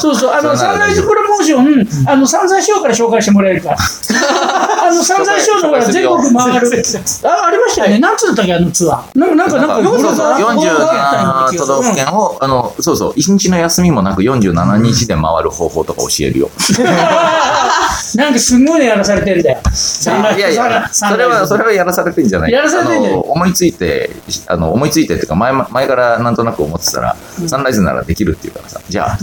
[SPEAKER 2] そうそう、あの、
[SPEAKER 5] それな
[SPEAKER 2] サ
[SPEAKER 5] ら
[SPEAKER 2] ンライズプロモーション、あの、散々師匠から紹介してもらえるから。あの、散々師匠のから全国回る。あ、ありましたよね。何つだったっけ、あのツアー。なんか、なんか、なんか、
[SPEAKER 5] そう
[SPEAKER 2] ブログがブログがあった
[SPEAKER 5] 47
[SPEAKER 2] よ
[SPEAKER 5] 都
[SPEAKER 2] うな気が
[SPEAKER 5] 道府
[SPEAKER 2] する
[SPEAKER 5] 県を、あの、そうそう、一日の休みもなく47日で回る方法とか教えるよ。
[SPEAKER 2] うんなんか、すごいのやらされてんだよ。
[SPEAKER 5] いやいや、それは、それはやらされてんじゃない
[SPEAKER 2] やらされてんじゃない
[SPEAKER 5] あの思いついて、あの、思いついてっていうか、前ま、前からなんとなく思ってたら、サンライズならできるっていうからさ、じゃあ、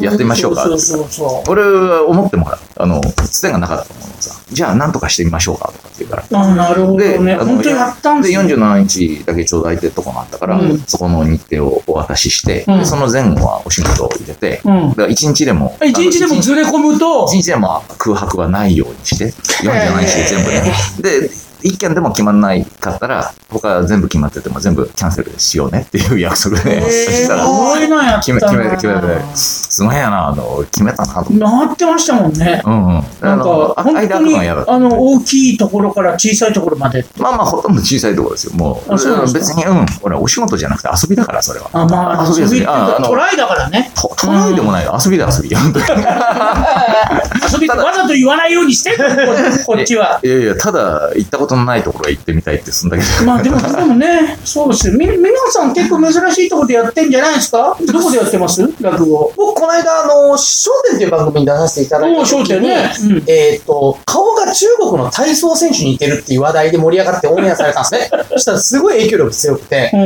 [SPEAKER 5] やってみましょうか。
[SPEAKER 2] そうそうそう。
[SPEAKER 5] 俺は思ってもらう。あの、つてがなかったものをさ、じゃあ、なんとかしてみましょうか、とかって言うから。
[SPEAKER 2] あ、なるほ
[SPEAKER 5] で、
[SPEAKER 2] どね。
[SPEAKER 5] あの
[SPEAKER 2] 本当にやったんですよ。
[SPEAKER 5] で47日だけちょうだいってとこがあったから、
[SPEAKER 2] うん
[SPEAKER 5] そこの日程をお渡しして、
[SPEAKER 2] うん
[SPEAKER 5] でその前後はお仕事を入れて、
[SPEAKER 2] うん
[SPEAKER 5] だから一日でも、
[SPEAKER 2] 一日で
[SPEAKER 5] あの
[SPEAKER 2] も
[SPEAKER 5] 一
[SPEAKER 2] ずれ込むと
[SPEAKER 5] 一、日でも空白はないようにして、47日で全部ね。で、一件でも決まんないかったら、他全部決まってても全部キャンセルしようねっていう約束で、したら、
[SPEAKER 2] こういうのやった
[SPEAKER 5] 決め、
[SPEAKER 2] な
[SPEAKER 5] 決め、決めて、すごいやな、あの、決めたなと思って。
[SPEAKER 2] 回ってましたもんね。
[SPEAKER 5] うんうん。
[SPEAKER 2] なんか、
[SPEAKER 5] あ
[SPEAKER 2] 本
[SPEAKER 5] の
[SPEAKER 2] 当
[SPEAKER 5] 間空く
[SPEAKER 2] に、
[SPEAKER 5] のは嫌だった
[SPEAKER 2] あの、大きいところから小さいところまで。
[SPEAKER 5] まあまあ、ほとんど小さいところですよ。もう、
[SPEAKER 2] あそうなんですか
[SPEAKER 5] 別に、うん、俺、お仕事じゃなくて遊びだから、それは。
[SPEAKER 2] あ、まあ、
[SPEAKER 5] 遊び
[SPEAKER 2] 遊
[SPEAKER 5] です
[SPEAKER 2] びって
[SPEAKER 5] ね。
[SPEAKER 2] いうか
[SPEAKER 5] あ、あの
[SPEAKER 2] ト、ライだからね。
[SPEAKER 5] とトライでもないよ。遊びだ、遊び。本当に
[SPEAKER 2] 遊びってわざと言わないようにして、 ここっちは。
[SPEAKER 5] いやいや、ただ、行ったことのないところへ行ってみたいって、そんだけで。
[SPEAKER 2] まあでも、でもね、そうですよ。み、皆さん結構珍しいところでやってんじゃないですかどこでやってます落語。
[SPEAKER 4] 僕、この間、あの、商店という番組に出させていただい
[SPEAKER 2] も
[SPEAKER 4] た
[SPEAKER 2] う焦
[SPEAKER 4] 時
[SPEAKER 2] 点
[SPEAKER 4] に、
[SPEAKER 2] ね。うん
[SPEAKER 4] えっと、顔が中国の体操選手に似てるっていう話題で盛り上がってオンエアされたんですね。そしたらすごい影響力強くて、
[SPEAKER 2] う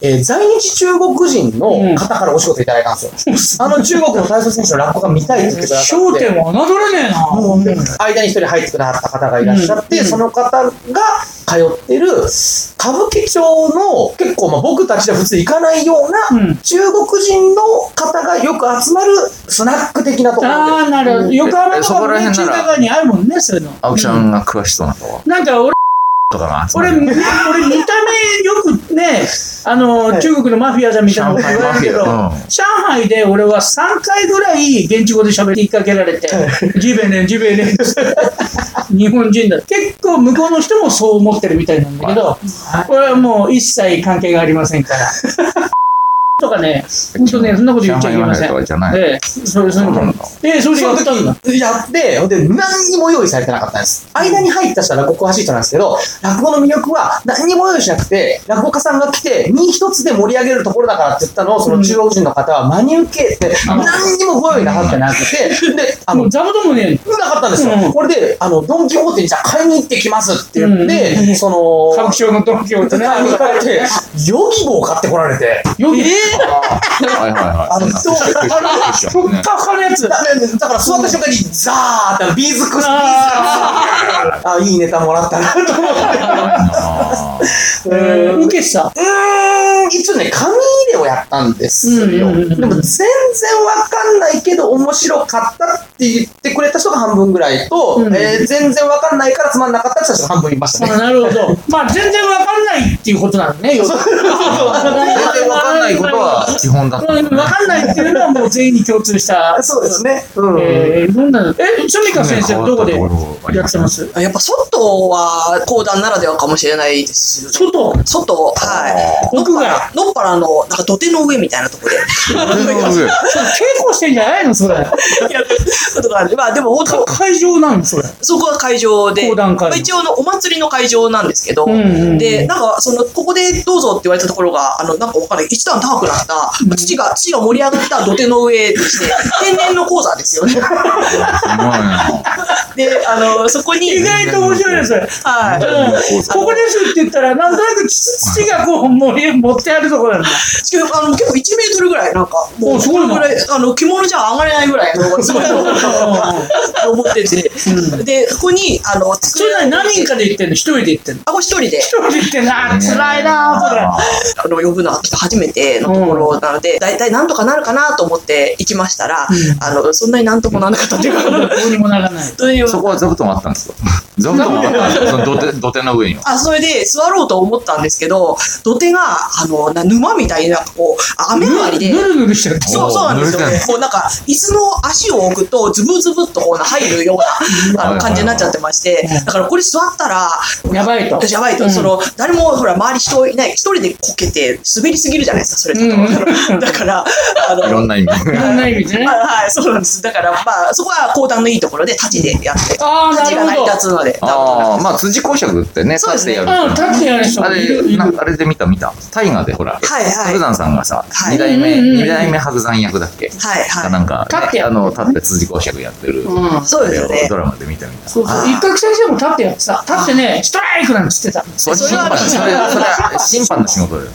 [SPEAKER 4] えー在日中国人の方からお仕事いただいたんですよ。あの中国の体操選手の落語が見たいって言って
[SPEAKER 2] ん。
[SPEAKER 4] くださ
[SPEAKER 2] 焦
[SPEAKER 4] って
[SPEAKER 2] 点。は侮れねえな。
[SPEAKER 4] もう間に一人入ってくださった方がいらっしゃって、
[SPEAKER 2] うん
[SPEAKER 4] その方が通ってる歌舞伎町の結構まあ僕たちでは普通行かないような
[SPEAKER 2] うん
[SPEAKER 4] 中国人の方がよく集まるスナック的なところ
[SPEAKER 2] あ
[SPEAKER 4] で。
[SPEAKER 2] あ、なるほど。横浜と
[SPEAKER 5] そ
[SPEAKER 2] か
[SPEAKER 5] こ
[SPEAKER 2] の
[SPEAKER 5] ら
[SPEAKER 2] 連
[SPEAKER 5] 辺
[SPEAKER 2] 中
[SPEAKER 5] なら
[SPEAKER 2] 中にあるもんね、そういうの。
[SPEAKER 5] 青木さんが詳しそうなとこ
[SPEAKER 2] なんか、俺、
[SPEAKER 5] とかが。
[SPEAKER 2] 俺、俺、見た目よくね、あの、中国のマフィアじゃんみたいなこと言われるけど、
[SPEAKER 5] 上海マフィアう
[SPEAKER 2] 上海で俺は3回ぐらい現地語で喋りかけられて、ジベレン、ジベレンって日本人だ。結構向こうの人もそう思ってるみたいなんだけど、これはもう一切関係がありません から。とかね、本当ね、そんなこと言っちゃいけませ
[SPEAKER 5] 上海マフィアと
[SPEAKER 2] ん。
[SPEAKER 5] かじゃない
[SPEAKER 2] で、それ、それ
[SPEAKER 5] そうなんだ、
[SPEAKER 2] で、それで
[SPEAKER 4] そ
[SPEAKER 2] や
[SPEAKER 4] の
[SPEAKER 2] ったんだ。
[SPEAKER 4] 時やって、ほんで何にも用意されてなかったんです。間に入った人は落語詳しい人なんですけど、落語の魅力は何にも用意しなくて、落語家さんが来て、身一つで盛り上げるところだからって言ったのを、その中国人の方は真に受けて、何にもご用意なさってなくて、で、あ
[SPEAKER 2] も
[SPEAKER 4] の
[SPEAKER 2] う、ざまともね、
[SPEAKER 4] なかったんですよ。
[SPEAKER 2] うん
[SPEAKER 4] これで、あの、ドン・キホーテにじゃあ買いに行ってきますって言って、
[SPEAKER 2] うん
[SPEAKER 4] その、
[SPEAKER 2] 歌舞伎町の東京とね、
[SPEAKER 4] 買いに行かれて、 ヨギボを買ってこられて、
[SPEAKER 2] よぎ
[SPEAKER 5] はいはいはい。
[SPEAKER 4] あの、そう、あ
[SPEAKER 2] ふっかふかのやつ。
[SPEAKER 4] の、だから座った瞬間に、ザーってあのビーズクス、ビーズクスあ、いいネタもらったなと思って。
[SPEAKER 2] えー受けてた。
[SPEAKER 4] うーん、一応ね、紙入れをやったんですよ。
[SPEAKER 2] うんうんうんうん
[SPEAKER 4] でも全然わかんないけど面白かったって言ってくれた人が半分ぐらいと、
[SPEAKER 2] うん
[SPEAKER 4] えー全然わかんないからつまんなかったって人が半分いましたね。
[SPEAKER 2] あなるほど。まあ、全然わかんないっていうことなのね、要するに
[SPEAKER 5] 全然わかんないことは基本だった。
[SPEAKER 2] うんわかんないっていうのはもう全員に共通した。
[SPEAKER 4] そうですね。うん。
[SPEAKER 2] えー、どんなのえ、シャミカ先生はどこでやってます
[SPEAKER 3] やっぱ外は講談ならではかもしれないですよね。
[SPEAKER 2] 外
[SPEAKER 3] 外、はい。
[SPEAKER 2] 屋外
[SPEAKER 3] のっぱらの、なんか土手の上み たいなとこで。
[SPEAKER 2] 稽古してんじゃないのそれ。
[SPEAKER 3] やることがあ るまあでも本当
[SPEAKER 2] か、会場なのそれ。
[SPEAKER 3] そこは会場で、
[SPEAKER 2] 講談会
[SPEAKER 3] まあ一応あのお祭りの会場なんですけど、
[SPEAKER 2] うんうん
[SPEAKER 3] で、なんかその、ここでどうぞって言われたところが、あの、なんかわかんない、一段高くなった、土が、土が盛 り上がった土手の上でして、天然の鉱山ですよね。で、あの、そこに。
[SPEAKER 6] 意外と面白いです。
[SPEAKER 3] はい。
[SPEAKER 6] ここですって言ったら、なんとなく土がこう、盛り持ってあるところなんだ。
[SPEAKER 3] しかもあの結構1メートルぐらい、なんか、も
[SPEAKER 6] お
[SPEAKER 3] う、
[SPEAKER 6] す
[SPEAKER 3] そ
[SPEAKER 6] ごい
[SPEAKER 3] れ
[SPEAKER 6] な
[SPEAKER 3] ぐらい、あの、着物じゃ上がれないぐらい の、すごいの登ってて、で、ここに、あの、
[SPEAKER 6] そ
[SPEAKER 3] 作
[SPEAKER 6] れな
[SPEAKER 3] ら
[SPEAKER 6] り
[SPEAKER 3] れ
[SPEAKER 6] に何人かで言ってんの一人で言ってんの
[SPEAKER 3] あ、これ一人で、
[SPEAKER 6] 一人で言ってんのあー、辛いなー、それ。
[SPEAKER 3] あの、呼ぶのは来た初めてのところなので、大体なんとかなるかなと思って行きましたら、あの、そんなになんともならなかったっていうか、
[SPEAKER 6] どうにもならない。
[SPEAKER 3] どういう
[SPEAKER 5] そこは座布団あったんですよ。座布団あったんですよ。その土手土手の上には。
[SPEAKER 3] あ、それで座ろうと思ったんですけど、土手が、あの、な沼みたいになんかこう、あ雨上がりで、
[SPEAKER 6] ぬるぬるしちゃって。
[SPEAKER 3] そうそうなんですよ
[SPEAKER 5] おー濡れてん
[SPEAKER 3] ね
[SPEAKER 5] の。
[SPEAKER 3] こうなんか、椅子の足を置くと、ズブズブっとこう入るようなあ
[SPEAKER 5] はいはいは
[SPEAKER 3] の
[SPEAKER 5] い
[SPEAKER 3] 感じになっちゃってまして、だからこれ座ったら、
[SPEAKER 6] やばいと。
[SPEAKER 3] やばいと、その、誰もほら、周り人いない、一人でこけて滑りすぎるじゃないですか、それだと。 だから、あ
[SPEAKER 5] いろん
[SPEAKER 3] の、
[SPEAKER 5] な意味で。
[SPEAKER 6] そんな意味でね
[SPEAKER 3] ま。あはい、そうなんです。だから、まあ、そこは講談のいいところで、立ちでやって、
[SPEAKER 6] あーな
[SPEAKER 3] 立ち
[SPEAKER 6] るほど
[SPEAKER 3] が成り立つので、
[SPEAKER 5] ああ、まあ辻公爵ってね、
[SPEAKER 3] そうですね
[SPEAKER 5] 立ってや
[SPEAKER 6] うん、
[SPEAKER 5] る
[SPEAKER 6] 立ってやる人
[SPEAKER 5] あ
[SPEAKER 6] もいる。
[SPEAKER 5] れ、
[SPEAKER 6] い
[SPEAKER 5] な
[SPEAKER 6] る
[SPEAKER 5] あれで見た見た。大河でほら、
[SPEAKER 3] はいはい
[SPEAKER 5] 白山さんがさ、
[SPEAKER 3] はい
[SPEAKER 5] 二代
[SPEAKER 6] う
[SPEAKER 5] 目、
[SPEAKER 6] んうんうん
[SPEAKER 5] 二代目白山役だっけ
[SPEAKER 3] はい
[SPEAKER 5] か
[SPEAKER 3] は
[SPEAKER 5] なんか
[SPEAKER 6] 立って
[SPEAKER 5] ね、
[SPEAKER 6] や
[SPEAKER 5] あ
[SPEAKER 6] る
[SPEAKER 5] の、立って辻公爵やってる
[SPEAKER 6] うん。
[SPEAKER 3] そうですよね
[SPEAKER 5] ドラマで見たみたいな。
[SPEAKER 6] そうそう。一角先生も立ってやってさ、立ってね、ストライクなんつってた。
[SPEAKER 5] それ
[SPEAKER 3] それ
[SPEAKER 5] 審
[SPEAKER 3] は
[SPEAKER 5] 判、それ、それは審判の仕事だよ。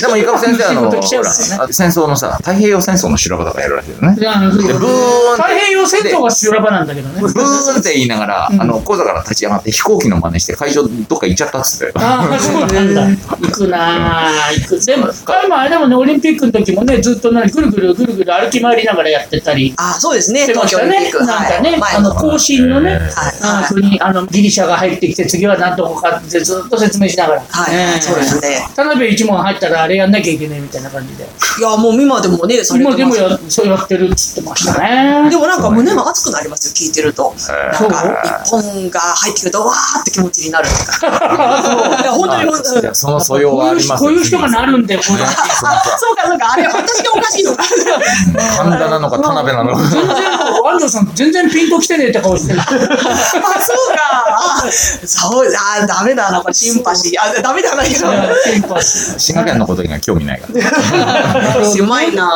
[SPEAKER 5] でも、ゆかぶ先生、あの、
[SPEAKER 6] 仕
[SPEAKER 5] ほ
[SPEAKER 6] 事
[SPEAKER 5] ら、
[SPEAKER 6] 来ちゃうんですよね
[SPEAKER 5] 戦争のさ、太平洋戦争の修羅場とかやるらしいよね。
[SPEAKER 6] であの
[SPEAKER 5] で、ブーン
[SPEAKER 6] 太平洋戦闘が修羅場なんだけどね。
[SPEAKER 5] ブーンって言いながら、あの、小座から立ち上がって飛行機の真似して会場どっか行っちゃったっつってたよ。
[SPEAKER 6] ああ、そうなんだ。行くなあ、行く。でも、彼もあれでもね、オリンピックの時もね、ずっとなぐるぐるぐるぐる歩き回りながらやってたり
[SPEAKER 3] い。あ、そうですね、
[SPEAKER 6] してま
[SPEAKER 3] 東
[SPEAKER 6] し
[SPEAKER 3] 京オ
[SPEAKER 6] た
[SPEAKER 3] リンピ
[SPEAKER 6] ね
[SPEAKER 3] ック。。
[SPEAKER 6] なんか
[SPEAKER 3] はい
[SPEAKER 6] ね、
[SPEAKER 3] 前
[SPEAKER 6] あの、更新のね。
[SPEAKER 3] はい
[SPEAKER 6] あ
[SPEAKER 3] はい
[SPEAKER 6] ー国あのギリシャが入ってきて次は何とこかってずっと説明しながら、
[SPEAKER 3] は
[SPEAKER 6] ねえ
[SPEAKER 3] い、そうですね。
[SPEAKER 6] 田辺一門入ったらあれやんなきゃいけないみたいな感じで
[SPEAKER 3] いや、もう今でもね、されてま
[SPEAKER 6] 今
[SPEAKER 3] す
[SPEAKER 6] でもやそうやってるっつってましたね
[SPEAKER 3] でもなんか胸が熱くなりますよ、聞いてると。なんか、日
[SPEAKER 5] そ
[SPEAKER 3] 本が入ってくると、わーって気持ちになる。そういや本当に、うんそう
[SPEAKER 5] い
[SPEAKER 3] か、
[SPEAKER 5] やその素養はありますよ
[SPEAKER 6] こういう人こういう人がなるんだよこういう人
[SPEAKER 3] そうか、あれ、私がおかしいのか。
[SPEAKER 5] 神田なのか田辺なのか。
[SPEAKER 6] 全然もう安藤さん全然ピンときてねえって顔してる
[SPEAKER 3] あ、そうか。あ、そう、あ、ダメだな、これ、シンパシー。あ、ダメだな、いや
[SPEAKER 6] ピンパス
[SPEAKER 5] 滋賀県のことには興味ないから。
[SPEAKER 3] 狭いな。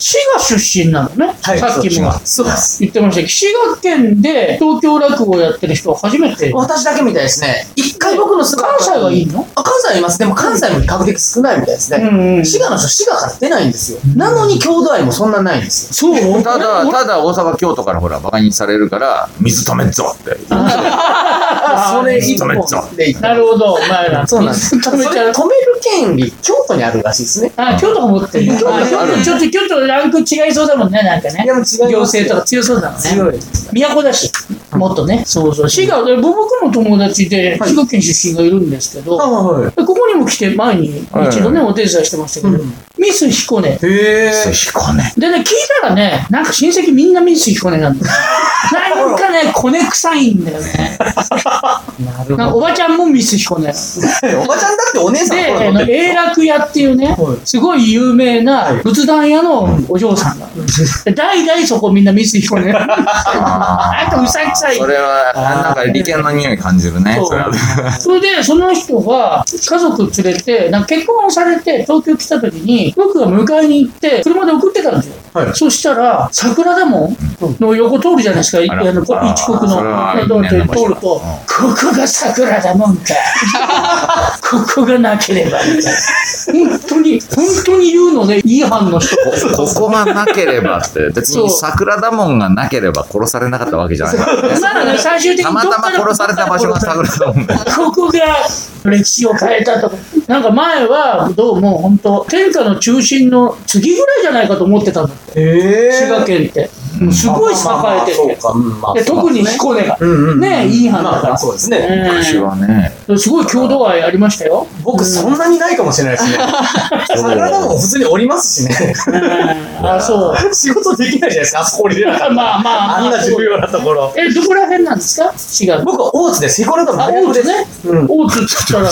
[SPEAKER 6] 滋賀出身なのね、
[SPEAKER 4] はい
[SPEAKER 6] さっきも
[SPEAKER 5] そうです。
[SPEAKER 6] 言ってましたけど滋賀県で東京落語をやってる人は初めて
[SPEAKER 4] 私だけみたいですね。一回僕の姿
[SPEAKER 6] 関西 はいいの
[SPEAKER 4] あ関西はいます。でも関西も比較的少ないみたいですね。
[SPEAKER 6] うんうん
[SPEAKER 4] 滋賀の人、滋賀から出ないんですよ。なのに郷土愛もそんなないんですよ。
[SPEAKER 6] そう
[SPEAKER 5] ただ、
[SPEAKER 6] 俺
[SPEAKER 5] ただ大阪、京都からほら、馬鹿にされるから、水溜めっぞって。
[SPEAKER 6] あー
[SPEAKER 4] それ一
[SPEAKER 5] 止めっちゃ
[SPEAKER 4] 本でいい。
[SPEAKER 6] なるほどお前ら
[SPEAKER 4] そうなんです。
[SPEAKER 6] 止
[SPEAKER 4] それ
[SPEAKER 6] め
[SPEAKER 4] 止
[SPEAKER 6] ちゃう
[SPEAKER 4] める権利、京都にあるらしいですね。
[SPEAKER 6] あ、京都が持ってるね。
[SPEAKER 4] 京都
[SPEAKER 6] あ
[SPEAKER 4] ね
[SPEAKER 6] 京
[SPEAKER 5] あ
[SPEAKER 6] 都
[SPEAKER 5] る
[SPEAKER 6] ちょっと京都ランク違いそうだもんね、なんかね。
[SPEAKER 4] いやもう違いますよ
[SPEAKER 6] 行政とか強そうだもんね。
[SPEAKER 4] 強い。
[SPEAKER 6] 都だし、もっとね。そうそう。滋賀で、僕の友達で、
[SPEAKER 4] はい
[SPEAKER 6] 滋賀県出身がいるんですけど、
[SPEAKER 4] あはい。
[SPEAKER 6] ここにも来て前に
[SPEAKER 5] はい
[SPEAKER 6] 一度ね、お手伝いしてましたけど、ミス彦根。
[SPEAKER 4] へ
[SPEAKER 5] そ
[SPEAKER 4] ー
[SPEAKER 5] う、彦根。
[SPEAKER 6] でね、聞いたらね、なんか親戚みんなミス彦 根なんだよ。なんかね、コネ臭いんだよね。
[SPEAKER 4] なる
[SPEAKER 6] なんか
[SPEAKER 4] ほ
[SPEAKER 6] おばちゃんもミス彦
[SPEAKER 4] ど。
[SPEAKER 6] 根。
[SPEAKER 4] おばちゃんだってお姉さん
[SPEAKER 6] で、
[SPEAKER 4] の
[SPEAKER 6] あ
[SPEAKER 4] 頃
[SPEAKER 6] の
[SPEAKER 4] 乗ってる
[SPEAKER 6] 永楽屋っていうね
[SPEAKER 4] は、い
[SPEAKER 6] すごい有名な仏壇屋のお嬢さんが、で代々そこみんな水彦ね、
[SPEAKER 5] あ
[SPEAKER 6] あとうさぎさい
[SPEAKER 5] それは、なんか利権の匂い感じるね。
[SPEAKER 6] そう
[SPEAKER 5] それは
[SPEAKER 6] それでその人が家族連れて、なんか結婚をされて東京来た時に、僕が迎えに行って、車で送ってたんですよ。
[SPEAKER 4] はい
[SPEAKER 6] そしたら、桜田門の横通るじゃないですか、い
[SPEAKER 5] あ
[SPEAKER 6] あ
[SPEAKER 5] ら
[SPEAKER 6] のこ
[SPEAKER 5] あー
[SPEAKER 6] 一国
[SPEAKER 5] それは
[SPEAKER 6] の
[SPEAKER 5] 因縁の場所
[SPEAKER 6] 通ると、ここが桜田 門か、ここがなければみたいな、本当に、本当に言うのね、いい反応して。
[SPEAKER 5] ここがなければって、別に桜田門がなければ殺されなかったわけじゃないからね。
[SPEAKER 6] まだね、最終的
[SPEAKER 5] た
[SPEAKER 6] に
[SPEAKER 5] ま
[SPEAKER 6] どった
[SPEAKER 5] ま
[SPEAKER 6] から
[SPEAKER 5] 殺された場所が桜田門だよ。
[SPEAKER 6] ここが歴史を変えたとか、なんか前はどうも本当、天下の中心の次ぐらいじゃないかと思ってたんだって、
[SPEAKER 4] へー
[SPEAKER 6] 滋賀県って、もうすごい栄えて
[SPEAKER 4] そう
[SPEAKER 6] て、
[SPEAKER 4] か、うんまあ
[SPEAKER 6] で特に彦根が、
[SPEAKER 4] うんうん
[SPEAKER 6] ね、いい花だ
[SPEAKER 4] ま
[SPEAKER 6] か
[SPEAKER 4] あま
[SPEAKER 6] ら
[SPEAKER 4] あ、そうですね。
[SPEAKER 5] 昔
[SPEAKER 6] う
[SPEAKER 5] はね、
[SPEAKER 6] ん、すごい郷土愛ありましたよ。
[SPEAKER 4] 僕、そんなにないかもしれないですね。 桜田も普通におりますしね。
[SPEAKER 6] うんあ、そう。
[SPEAKER 4] 仕事できないじゃないですか、あそこ降りれなかったら
[SPEAKER 6] まあまあ
[SPEAKER 4] あんな重要なところ。
[SPEAKER 6] え、どこら辺なんですか滋賀の。
[SPEAKER 4] 僕は大津です。彦根と
[SPEAKER 6] あ、
[SPEAKER 4] 真
[SPEAKER 6] 大
[SPEAKER 4] 逆で
[SPEAKER 6] 津
[SPEAKER 4] す。
[SPEAKER 6] ね。
[SPEAKER 4] うん
[SPEAKER 6] 大津っつったら、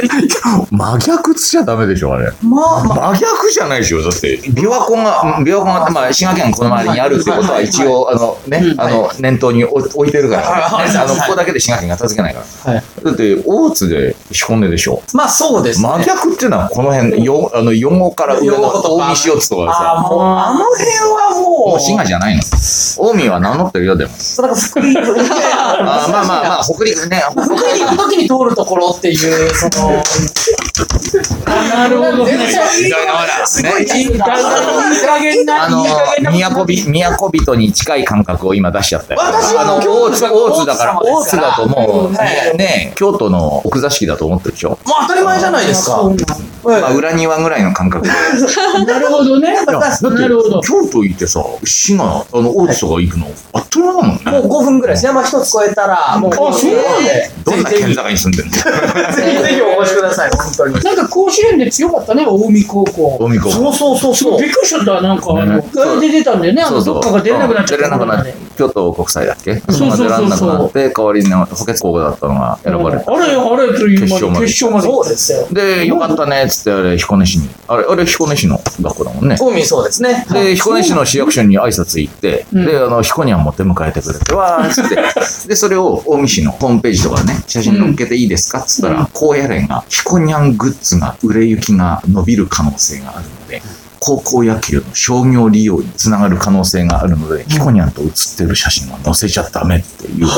[SPEAKER 6] え
[SPEAKER 5] 真逆っつっちゃダメでしょ、あれ。
[SPEAKER 4] まあ、
[SPEAKER 5] 真逆じゃないでしょ、だって。琵琶湖が、琵琶湖が、まあ、滋賀県この周りにあるってことは一応、あのね、あの、念頭に置置いてるから、
[SPEAKER 4] はい
[SPEAKER 5] あの、ここだけで滋賀県片付けないから。
[SPEAKER 4] はい。
[SPEAKER 5] だって、大津で仕込んででしょ。
[SPEAKER 4] まあそうですね。
[SPEAKER 5] 真逆っていうのは、この辺、よあの、4号から上の大西四つとか
[SPEAKER 4] あ
[SPEAKER 5] さ、
[SPEAKER 4] ーもう、あの辺は
[SPEAKER 5] も
[SPEAKER 4] も
[SPEAKER 5] う
[SPEAKER 4] う、
[SPEAKER 5] 滋賀じゃないの。近江は名乗ってるよ、でも。
[SPEAKER 4] そうなんか福井
[SPEAKER 5] あーまあまあまあ、 北陸ね、
[SPEAKER 4] 福井に行くときに通るところっていう、その、
[SPEAKER 2] なるほどね。
[SPEAKER 5] みたいなほら
[SPEAKER 4] すごい
[SPEAKER 5] ね
[SPEAKER 4] 自由だ
[SPEAKER 2] だんだんいい加減な、
[SPEAKER 5] あ
[SPEAKER 2] いい加減な
[SPEAKER 5] の、都人、都人に近い感覚を今出しちゃったよ。
[SPEAKER 4] 私は
[SPEAKER 5] あの、
[SPEAKER 4] もう
[SPEAKER 5] 大津、大津だから、大
[SPEAKER 4] 大
[SPEAKER 5] 津
[SPEAKER 4] 津
[SPEAKER 5] だ
[SPEAKER 4] 様
[SPEAKER 5] ともう、
[SPEAKER 4] はい
[SPEAKER 5] ね、京都の奥座敷だと思ってるでしょ。
[SPEAKER 4] もう当たり前じゃないですか。
[SPEAKER 2] そう
[SPEAKER 4] はい
[SPEAKER 5] まあ、裏庭ぐらいの感覚 で。
[SPEAKER 2] なるほどね。
[SPEAKER 5] いやだって
[SPEAKER 2] なるほど
[SPEAKER 5] 京都行ってさ、滋賀、あの、大津とか行くの、あっという間だもんね。
[SPEAKER 4] もう5分ぐらいです。山一つ越えたら、もう。
[SPEAKER 2] あそうなん
[SPEAKER 4] で。
[SPEAKER 5] どんな県境に住んでるの
[SPEAKER 4] ぜひぜひお越しください、本当に。
[SPEAKER 2] なんか甲子園で強かったね、近江高校。
[SPEAKER 5] 近江 高
[SPEAKER 4] そうそうそう
[SPEAKER 2] すごい
[SPEAKER 4] そ
[SPEAKER 2] うび。っくりしちゃった、なんか、あの、
[SPEAKER 5] ね
[SPEAKER 2] 外で出たんだよね、あの、どっかが出れなくなっちゃっ
[SPEAKER 5] 出れ
[SPEAKER 2] た
[SPEAKER 5] なくなっ
[SPEAKER 2] ね。
[SPEAKER 5] 京都国際だっけ
[SPEAKER 2] そうそうそうそう
[SPEAKER 5] 出らんなくなって、代わりに補欠高校だったのが選ばれた。
[SPEAKER 2] あれあれという
[SPEAKER 5] 決勝ま
[SPEAKER 2] 間
[SPEAKER 5] で
[SPEAKER 2] に決勝まで行っ
[SPEAKER 4] そうですよ。
[SPEAKER 5] で、よかったね、っつって、あれ、彦根市に。あれ、あれ、彦根市の学校だもんね。
[SPEAKER 4] コミそうですね。
[SPEAKER 5] で、彦根市の市役所に挨拶行って、
[SPEAKER 2] うん
[SPEAKER 5] で、あの、彦根は持って迎えてくれて、わーっつって、で、それを近江市のホームページとかね、写真載っけていいですかっつったら、高野連が、彦根ングッズが売れ行きが伸びる可能性があるので、高校野球の商業利用につながる可能性があるので、彦根ンと写ってる写真は載せちゃダメっていう。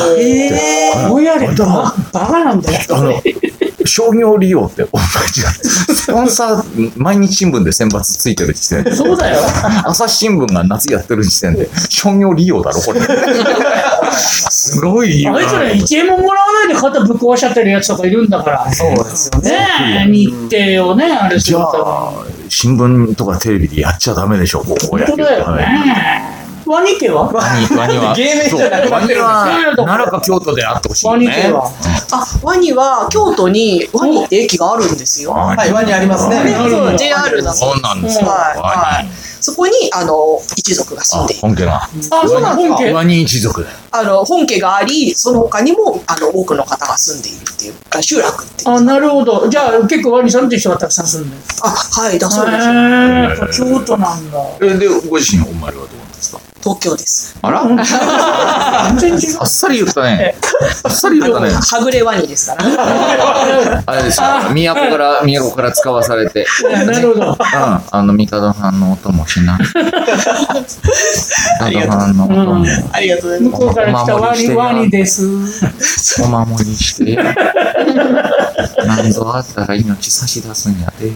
[SPEAKER 4] へ
[SPEAKER 2] た。ぼやれた。バカなんだよ。
[SPEAKER 5] あの、商業利用って同じだ。スポンサー、毎日新聞で選抜ついてる時点で。
[SPEAKER 2] そうだよ。
[SPEAKER 5] 朝日新聞が夏やってる時点で、商業利用だろ、これ。すごいよ
[SPEAKER 2] あいつら1円ももらわないで肩ぶっ壊しちゃってるやつとかいるんだから。
[SPEAKER 4] そうですよね。
[SPEAKER 2] ねえ、日程をね、あれす
[SPEAKER 5] じ
[SPEAKER 2] る
[SPEAKER 5] ゃ
[SPEAKER 2] た
[SPEAKER 5] あ、新聞とかテレビでやっちゃダメでしょ、ここ
[SPEAKER 2] め
[SPEAKER 5] や
[SPEAKER 2] に。本当だよね。ワニ家は
[SPEAKER 5] ワニワニ は、
[SPEAKER 4] 芸名じゃなくなってるんですよ
[SPEAKER 5] そうワニは奈良か京都であってほしいよ
[SPEAKER 2] ワ
[SPEAKER 5] ね。
[SPEAKER 2] ニ家は。
[SPEAKER 3] あ、ワニは京都にワニって駅があるんですよ。
[SPEAKER 5] ワニ
[SPEAKER 4] はい、ワニありますね。
[SPEAKER 2] なるほど
[SPEAKER 3] JR なんです
[SPEAKER 5] そうなんですよ。
[SPEAKER 3] はい
[SPEAKER 5] ワ
[SPEAKER 3] は
[SPEAKER 5] ニ
[SPEAKER 3] い。そこに、あの、一族が住
[SPEAKER 5] あ
[SPEAKER 3] んでいる。
[SPEAKER 5] 本家が。
[SPEAKER 2] あ、そうなの本家。
[SPEAKER 5] ワニ一族だよ。
[SPEAKER 3] あの、本家があり、その他にも、あの、多くの方が住んでいるっていう、あ集落っていう。
[SPEAKER 2] あ、なるほど。じゃあ、結構ワニさんっていう人がたくさん住んでる。
[SPEAKER 3] あ、はい、だそうです。
[SPEAKER 2] へえ、京都なんだ。
[SPEAKER 5] え、で、ご自身、お前らはどうなんですか
[SPEAKER 3] 東京です。
[SPEAKER 5] あら
[SPEAKER 2] 全然違う。
[SPEAKER 5] あっさり言ったね。あっさり言ったね。
[SPEAKER 3] はぐれワニですから。
[SPEAKER 5] あれですよ。都から、都から使わされて。
[SPEAKER 2] なるほど。
[SPEAKER 5] うん、あの、三田さんの音も しない。三田さんの音も、
[SPEAKER 3] ありがとうございます。
[SPEAKER 2] 向こうから来たワニ、ワニです。
[SPEAKER 5] お守りして。 何ぞあったら命差し出すんやで。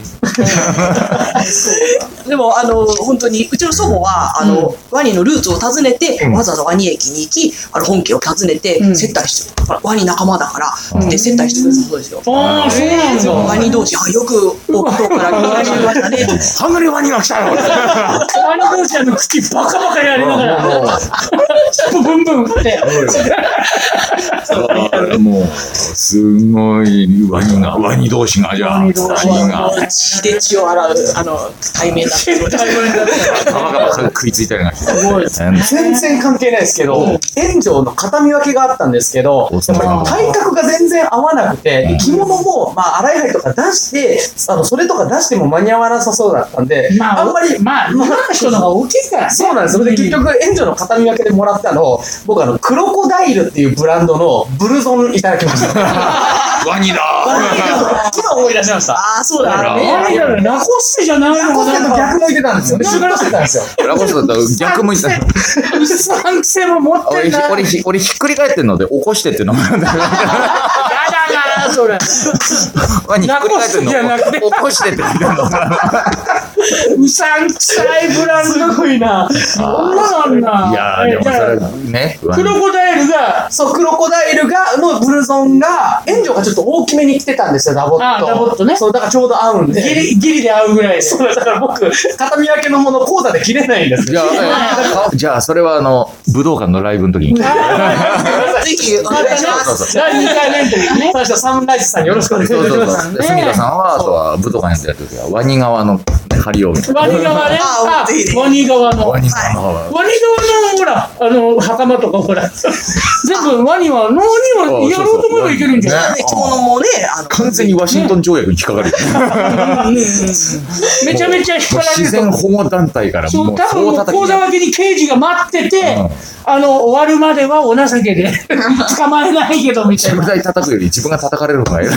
[SPEAKER 3] でも、あの、本当に、うちの祖母は、あの、ワニのルーツを訪ねて、
[SPEAKER 5] うん
[SPEAKER 3] わざわざワニ駅に行き、あの、本家を訪ねて、
[SPEAKER 2] うん
[SPEAKER 3] 接待してくれたから、ワニ仲間だから、
[SPEAKER 5] うん
[SPEAKER 3] で接待してくれたそうですよ。
[SPEAKER 2] ああ、そうなんだ。
[SPEAKER 3] ワニ同士、あ、よく、奥の方から見られましたね。
[SPEAKER 5] ハングリワニが来たよ
[SPEAKER 2] ワニ同士あの口バカバカやりながら、ブンブンって。
[SPEAKER 5] もう、すごい、ワニが、ワニ同士が、じゃあ、ワ
[SPEAKER 2] ワ
[SPEAKER 5] ニ
[SPEAKER 2] ニ同士
[SPEAKER 5] が、
[SPEAKER 3] 血で血を洗う、あの、対面だったそうです。
[SPEAKER 5] ガバガバ食いついたりなんかして。
[SPEAKER 2] すごいです
[SPEAKER 5] ね
[SPEAKER 4] 全然関係ないですけ
[SPEAKER 5] う
[SPEAKER 4] ど、炎上の形見分けがあったんですけど、
[SPEAKER 5] おつまりなんだ
[SPEAKER 4] 体格が全然合わなく
[SPEAKER 5] うん
[SPEAKER 4] て、着物も、まあ、洗い針とか出して、あの、それとか出しても間に合わなさそうだったんで、
[SPEAKER 2] まあ、
[SPEAKER 4] あんまり、
[SPEAKER 2] まあ、今の人の方が大きいからね。
[SPEAKER 4] そうなんです。それで結局、援助の形見分けでもらったのを、僕あの、クロコダイルっていうブランドのブルゾンいただきま した。
[SPEAKER 5] ワニだ
[SPEAKER 4] 今思い出しました。
[SPEAKER 3] ああ、そうだ。あの
[SPEAKER 2] ワニだからラコステじゃない
[SPEAKER 4] ラ
[SPEAKER 2] の
[SPEAKER 4] コス
[SPEAKER 2] か
[SPEAKER 4] テ
[SPEAKER 2] な
[SPEAKER 4] と逆
[SPEAKER 2] んか。
[SPEAKER 4] 向いてたんですよね。出荷してたんですよ。
[SPEAKER 5] ラコスだったら逆向いてた。
[SPEAKER 2] うさんくせも持って
[SPEAKER 5] 俺
[SPEAKER 2] ん
[SPEAKER 5] ひ
[SPEAKER 2] な。、
[SPEAKER 5] 俺ひ、俺ひっくり返ってんので、起こしてっていうのもなんだけど
[SPEAKER 2] やだな、それ。
[SPEAKER 5] ワニひっくり返ってん
[SPEAKER 2] ラコス
[SPEAKER 5] の
[SPEAKER 2] じゃなくて
[SPEAKER 5] 起こしてって言ってん の
[SPEAKER 2] うさんくさいブランド。すごいな。そんななんだ。
[SPEAKER 5] いやー、でもそれは ね、ワ
[SPEAKER 2] ク
[SPEAKER 5] ニ
[SPEAKER 2] ロコダイルが、
[SPEAKER 4] そう、クロコダイルが、のブルゾンが、援助がちょっと大きめに来てたんですよ、ダボット。
[SPEAKER 2] あダボットね
[SPEAKER 4] そう、だからちょうど合うんで。
[SPEAKER 2] ギリ、ギリで合うぐらいで。
[SPEAKER 4] そうだから僕、片見分けのもの、講座で切れない んです
[SPEAKER 5] じゃ
[SPEAKER 4] よ。
[SPEAKER 5] あ、えじゃあ、それはあの、武道館のライブの時に。
[SPEAKER 3] ぜひ、お願いします。
[SPEAKER 5] そう。
[SPEAKER 2] 第2回目の時にね。
[SPEAKER 4] 最初、サンライズさんよろしくお願いし
[SPEAKER 5] そうそう
[SPEAKER 4] ま
[SPEAKER 5] そう。
[SPEAKER 4] す。
[SPEAKER 5] で、隅田さんは、あとは武道館でやってる時は、ワニ側のね貼りをみたいな。
[SPEAKER 2] ワニ側ね。
[SPEAKER 1] あ
[SPEAKER 2] あ
[SPEAKER 1] ーいいね
[SPEAKER 2] ワニ側の。
[SPEAKER 5] ワ
[SPEAKER 2] ワ
[SPEAKER 5] ニ
[SPEAKER 2] ニ
[SPEAKER 5] さんの方が
[SPEAKER 2] 側の、ほら、あの、袴とかほら、全部ワニは、ワニはやろうと思えばいけるんじゃない
[SPEAKER 5] あー
[SPEAKER 3] ね着物もね、あの、
[SPEAKER 5] 完全にワシントン条約に引っかかるよね。
[SPEAKER 2] めちゃめちゃ引っ張
[SPEAKER 5] もう
[SPEAKER 2] られ
[SPEAKER 5] 自
[SPEAKER 2] る
[SPEAKER 5] 然
[SPEAKER 2] と。
[SPEAKER 5] 保護団体から
[SPEAKER 2] そ
[SPEAKER 5] も
[SPEAKER 2] う、
[SPEAKER 5] う
[SPEAKER 2] 多分
[SPEAKER 5] 総
[SPEAKER 2] もう
[SPEAKER 5] 叩
[SPEAKER 2] 講
[SPEAKER 5] き
[SPEAKER 2] 座
[SPEAKER 5] だ。
[SPEAKER 2] 分けに刑事が待ってて、あの、終わるまではお情けで、捕まえないけど、みたい
[SPEAKER 5] 食
[SPEAKER 2] な。
[SPEAKER 5] 材叩くより自分が叩かれる方がいい。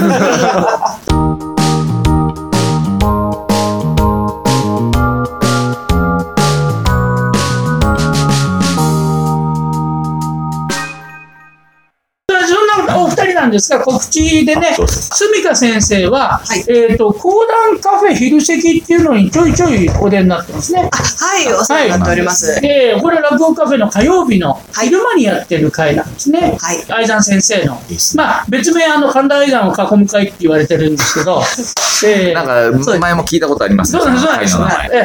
[SPEAKER 2] そんなお二人なんですが、告知でね
[SPEAKER 5] あ、そうそう
[SPEAKER 2] 住川先生は、
[SPEAKER 3] はい
[SPEAKER 2] えっ、と、講談カフェ昼席っていうのにちょいちょいお出になってますね。
[SPEAKER 3] はい、お世話になっております。はい。
[SPEAKER 2] で、これ落語カフェの火曜日の
[SPEAKER 3] はい
[SPEAKER 2] 昼間にやってる会なんですね。
[SPEAKER 3] はい
[SPEAKER 2] 愛山先生の
[SPEAKER 5] いいっ。すね
[SPEAKER 2] まあ、別名、あの、神田愛山を囲む会って言われてるんですけど、えー
[SPEAKER 5] なんか、前も聞いたことあります
[SPEAKER 2] そうなんです、そうなんです。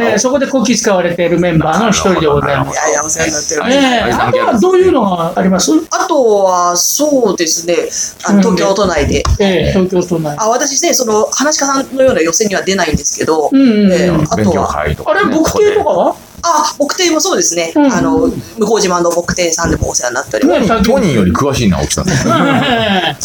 [SPEAKER 2] ええええそこでこき使われているメンバーの一人でございま
[SPEAKER 3] い
[SPEAKER 2] す。
[SPEAKER 3] やいや、お世話になっております。
[SPEAKER 2] ねえ、あとはどういうのがあります
[SPEAKER 3] あとは、そうですね、あの東京都内で。
[SPEAKER 2] ええ東京都内。
[SPEAKER 3] あ私ね、その、話し家さんのような寄せには出ないんですけど、
[SPEAKER 2] うんうんうん
[SPEAKER 3] えーあ
[SPEAKER 5] 勉
[SPEAKER 3] と
[SPEAKER 5] 強
[SPEAKER 3] は、
[SPEAKER 5] 会とか
[SPEAKER 2] あ
[SPEAKER 5] ね。
[SPEAKER 2] れ、僕系とかは
[SPEAKER 3] あ、木亭もそうですね、
[SPEAKER 2] うん
[SPEAKER 3] あの、向島の木亭さんでもお世話になっております。
[SPEAKER 2] ね、
[SPEAKER 5] トニーより詳しいな、沖さん。
[SPEAKER 2] え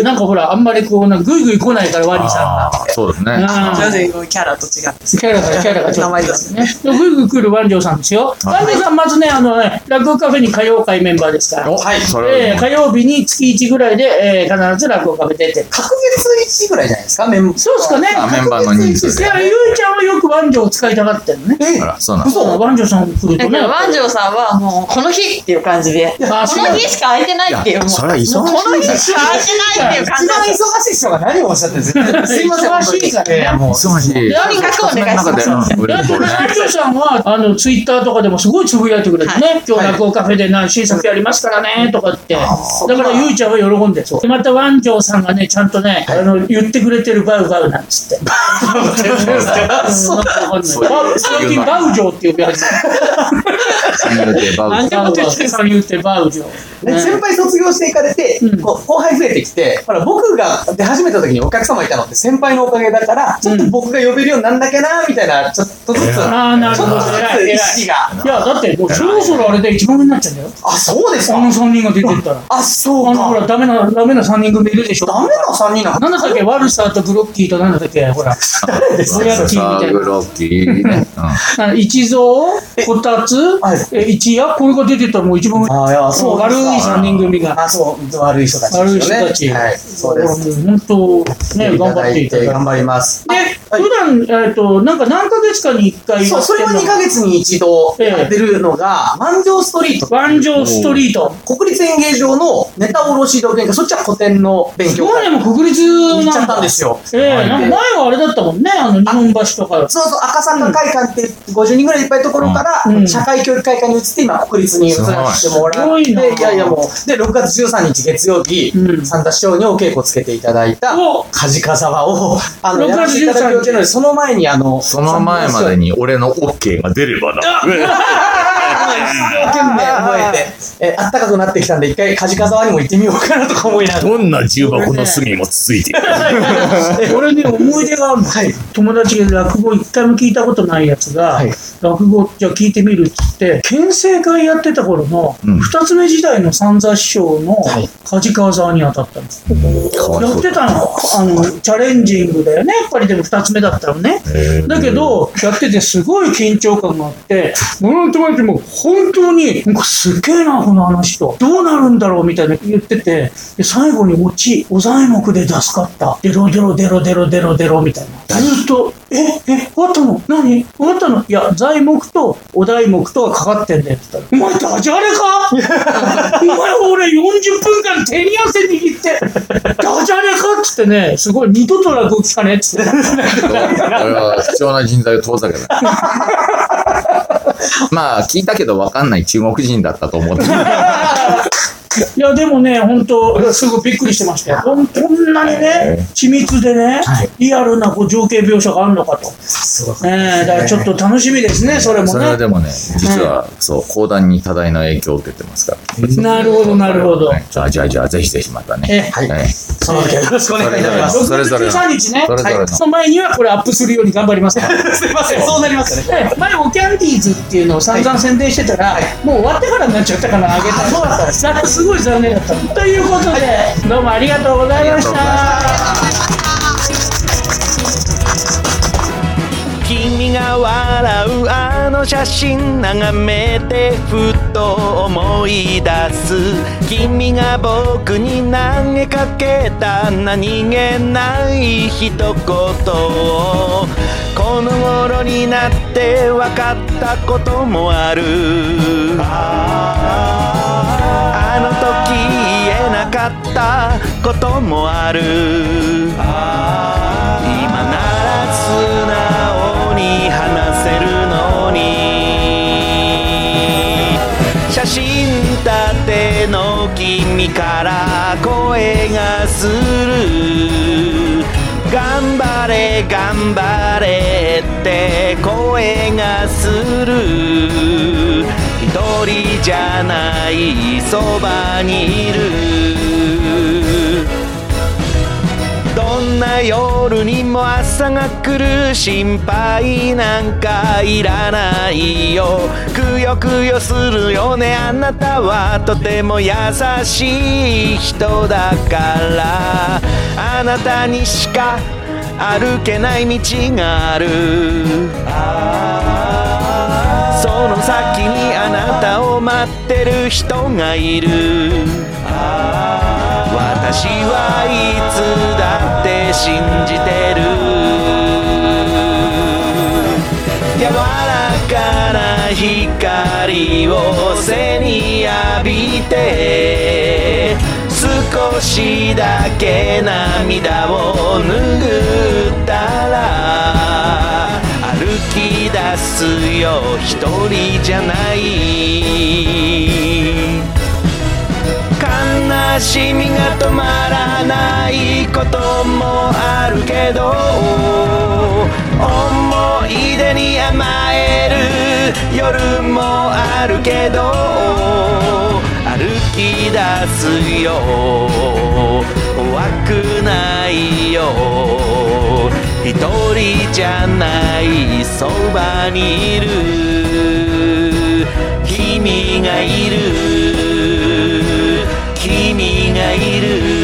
[SPEAKER 2] えなんかほら、あんまりこう、なんかグイグイ来ないから、ワニさ
[SPEAKER 5] ああ、そうです
[SPEAKER 2] ん
[SPEAKER 5] ね。
[SPEAKER 2] が。うん
[SPEAKER 3] すいません、キャラと違っ
[SPEAKER 2] キ
[SPEAKER 3] て。
[SPEAKER 2] ャラが、キャラがちょっと
[SPEAKER 3] 名前
[SPEAKER 2] 違い
[SPEAKER 3] で
[SPEAKER 2] ます
[SPEAKER 3] す
[SPEAKER 2] ね。でぐいぐい来るワンジョーさんですよ。ワンジョーさん、まずね、あのね、落語カフェに火曜会メンバーですから。
[SPEAKER 5] お、はい、そ
[SPEAKER 2] え
[SPEAKER 5] れ
[SPEAKER 2] え
[SPEAKER 5] は
[SPEAKER 2] 火曜日に月1ぐらいで、ええ必ず落語カフェ出てる。
[SPEAKER 4] 隔月1ぐらいじゃないですか、メン
[SPEAKER 2] そうですかね。
[SPEAKER 5] あメンバーの人数
[SPEAKER 2] い
[SPEAKER 5] で。
[SPEAKER 2] や、ゆいちゃんはよくワンジョーを使いたがってるのね。
[SPEAKER 4] え
[SPEAKER 5] あら、そうなんです。
[SPEAKER 4] 嘘
[SPEAKER 2] ワンジョーさん来る
[SPEAKER 6] だ
[SPEAKER 2] と
[SPEAKER 6] か
[SPEAKER 2] ね。
[SPEAKER 6] ら、万丈さんはもう、この日っていう感じで、こ
[SPEAKER 2] あそう
[SPEAKER 6] の日しか空いてないいっていう、
[SPEAKER 5] や、
[SPEAKER 6] もう、
[SPEAKER 5] そ
[SPEAKER 6] こ
[SPEAKER 5] れは忙しいんだ
[SPEAKER 6] の
[SPEAKER 5] よ
[SPEAKER 6] 日しか空いてないっていう
[SPEAKER 4] 一
[SPEAKER 6] 感じ
[SPEAKER 4] 番忙
[SPEAKER 6] で
[SPEAKER 4] しい人が何をおっしゃってるんですかすいません、
[SPEAKER 2] 忙しいからね
[SPEAKER 4] いやもう
[SPEAKER 5] 忙しい。
[SPEAKER 6] とにかくお願いします
[SPEAKER 5] 中でうん売れ
[SPEAKER 2] あ
[SPEAKER 5] る
[SPEAKER 2] と
[SPEAKER 5] 方
[SPEAKER 2] ね、
[SPEAKER 5] ね
[SPEAKER 2] 安藤さんは、あの、ツイッターとかでもすごいつぶやいてくれてね、今日落語カフェでな、新作やりますからね、とかって。だから、ゆいちゃんは喜んでそう。でまた、ワンジョーさんがね、ちゃんとね、あの、言ってくれてるバウバウなんつって。うんなんかわかんないバウ最近、バウジョーって呼び始め
[SPEAKER 5] 三遊亭バウ
[SPEAKER 2] た。バウは三遊亭バウジョー。
[SPEAKER 4] で先輩卒業していかれて、
[SPEAKER 2] うん
[SPEAKER 4] こう後輩増えてきて、ほら、僕が出始めた時にお客様いたのって先輩のおかげだから、ちょっと僕が呼べるようになんだけな、みたいな、ちょっとずつ、ちょ
[SPEAKER 2] ああ、なる
[SPEAKER 4] っ
[SPEAKER 2] ほ
[SPEAKER 4] と
[SPEAKER 2] ど。
[SPEAKER 4] ず
[SPEAKER 2] 偉
[SPEAKER 4] つ
[SPEAKER 2] い、偉
[SPEAKER 4] 意
[SPEAKER 2] い。
[SPEAKER 4] 識が。
[SPEAKER 2] いや、だって、もうそろそろあれで一番上になっちゃうんだよ。
[SPEAKER 4] あ、そうです
[SPEAKER 2] あ
[SPEAKER 4] か
[SPEAKER 2] の三人が出てったら。
[SPEAKER 4] あ、そ
[SPEAKER 2] あ
[SPEAKER 4] う
[SPEAKER 2] の、ほ
[SPEAKER 4] か。
[SPEAKER 2] ら、ダメな、ダメな三人組いるでしょ。
[SPEAKER 4] ダメな3人な
[SPEAKER 2] なんだったっけ、ワルサーとグロッキーとなんだったっけ、ほら、
[SPEAKER 5] サ
[SPEAKER 2] グロッキーみた
[SPEAKER 5] ー
[SPEAKER 2] い
[SPEAKER 5] グロッキーね。
[SPEAKER 2] な。一蔵、こたつ
[SPEAKER 4] はい、
[SPEAKER 2] え一夜、これが出てたらもう一番上
[SPEAKER 4] の。あ、いや、
[SPEAKER 2] そ
[SPEAKER 4] そう
[SPEAKER 2] う、
[SPEAKER 4] で
[SPEAKER 2] 悪
[SPEAKER 4] すか
[SPEAKER 2] い三人組が。
[SPEAKER 4] あ、そう、悪い人たち
[SPEAKER 2] 悪い
[SPEAKER 4] で
[SPEAKER 2] 人
[SPEAKER 4] すよね。
[SPEAKER 2] たち。
[SPEAKER 4] はい、そうです。
[SPEAKER 2] 本当、ね、頑張っていただいて。
[SPEAKER 4] 頑張ります。
[SPEAKER 2] で、
[SPEAKER 4] はい
[SPEAKER 2] 普段、えっと、なんか何ヶ月かに一回
[SPEAKER 4] そう、それは2ヶ月に一度やってるのが、満場ストリート。
[SPEAKER 2] ワンジョーストリート。
[SPEAKER 4] 国立演芸場のネタ卸同研会、そっちは古典の勉
[SPEAKER 2] す
[SPEAKER 4] 強
[SPEAKER 2] ごい
[SPEAKER 4] 会
[SPEAKER 2] ね、
[SPEAKER 4] に
[SPEAKER 2] もう国立なん
[SPEAKER 4] 行っ
[SPEAKER 2] だ
[SPEAKER 4] ちゃったんですよ。
[SPEAKER 2] ええなんか前はあれだったもんね、あの、日本橋とか。
[SPEAKER 4] そうそう、赤坂会館って50人ぐらいいっぱいところから、
[SPEAKER 2] うん
[SPEAKER 4] 社会教育会館に移って、今、国立に移らせてもらって、
[SPEAKER 2] すごいない
[SPEAKER 4] やいやもう、で、6月13日月曜日、
[SPEAKER 2] うん
[SPEAKER 4] 三田師匠にお稽古つけていただいた、
[SPEAKER 2] お
[SPEAKER 4] 梶川沢を、あの、
[SPEAKER 2] 6
[SPEAKER 4] やらせていただく予定なので、その前に、あの、
[SPEAKER 5] その前までに俺の OK が出ればな。
[SPEAKER 4] 一生懸命覚えて、えー、あったかくなってきたんで、一回、梶川沢にも行ってみようかなとか思いながら。
[SPEAKER 5] どんな重箱の隅もつついている。
[SPEAKER 2] 俺ね、思い出があるの。
[SPEAKER 4] はい。
[SPEAKER 2] 友達で落語一回も聞いたことないやつが、
[SPEAKER 4] はい
[SPEAKER 2] 落語じゃあ聞いてみるっつって県政会やってた頃の
[SPEAKER 5] うん
[SPEAKER 2] 二つ目時代の三座師匠の
[SPEAKER 4] い
[SPEAKER 2] 梶川沢に当たったんです、やってたのあのチャレンジングだよねやっぱりでも二つ目だったのねだけどやっててすごい緊張感があって俺の友達も本当になんかすげえなこの話とどうなるんだろうみたいな言っててで最後にオチお材木で助かったデロデロデロデロデロデロみたいなずっと「ええ終わったの何終わったのいや材木とお題目とがかかってんだよ」って言ったら「お前ダジャレか?」お前俺40分間手に汗握って、ダジャレかっつってね、すごい二度と落語聞かねえっつって。
[SPEAKER 5] 俺は貴重な人材を遠ざけた。 まあ、聞いたけど分かんない中国人だったと思って。
[SPEAKER 2] いや、でもね、本当すぐびっくりしてましたよ。こんこんなに
[SPEAKER 5] え
[SPEAKER 2] ね、緻密でね
[SPEAKER 5] はい、
[SPEAKER 2] リアルなこう情景描写があるのかと。
[SPEAKER 4] すごい。
[SPEAKER 2] ねえ、だからちょっと楽しみですね、それも
[SPEAKER 5] それは
[SPEAKER 2] ね。
[SPEAKER 5] でもね、実は、そう、講談に多大な影響を受けてますから。
[SPEAKER 2] なるほど、なるほど。
[SPEAKER 5] はいじゃあ、じゃあ、じゃあ、ぜひぜひまたね。
[SPEAKER 2] ええ
[SPEAKER 4] はい。
[SPEAKER 5] はい
[SPEAKER 4] その時はよろしくお願いいたします。
[SPEAKER 5] それぞれの
[SPEAKER 2] 6月13日ね、
[SPEAKER 5] それぞれの
[SPEAKER 2] はいその前にはこれアップするように頑張りますから。
[SPEAKER 4] すいません、そうなりますよね。
[SPEAKER 2] で前もキャンディーズっていうのを散々宣伝してたら、もう終わってからになっちゃったからあげたそうだったすごい残念だったということで、どうもありがとうございまし
[SPEAKER 5] ありがとうござい
[SPEAKER 2] た。
[SPEAKER 7] 君が笑うあの写真眺めてふと思い出す君が僕に投げかけた何気ない一言をこの頃になって分かったこともあるあの時言えなかったこともある今なら素直に話せるのに写真立ての君から声がする頑張れ頑張れって声がする一人じゃないそばにいるどんな夜にも朝が来る心配なんかいらないよくよくよするよねあなたはとても優しい人だからあなたにしか歩けない道があるその先にあなたを待ってる人がいる私はいつだって信じてる柔らかな光を背に浴びて少しだけ涙を拭ったら歩き出すよ一人じゃない悲しみが止まらないこともあるけど思い出に甘える夜もあるけど歩き出すよ怖くないよ一人じゃないそばにいる君がいる君がいる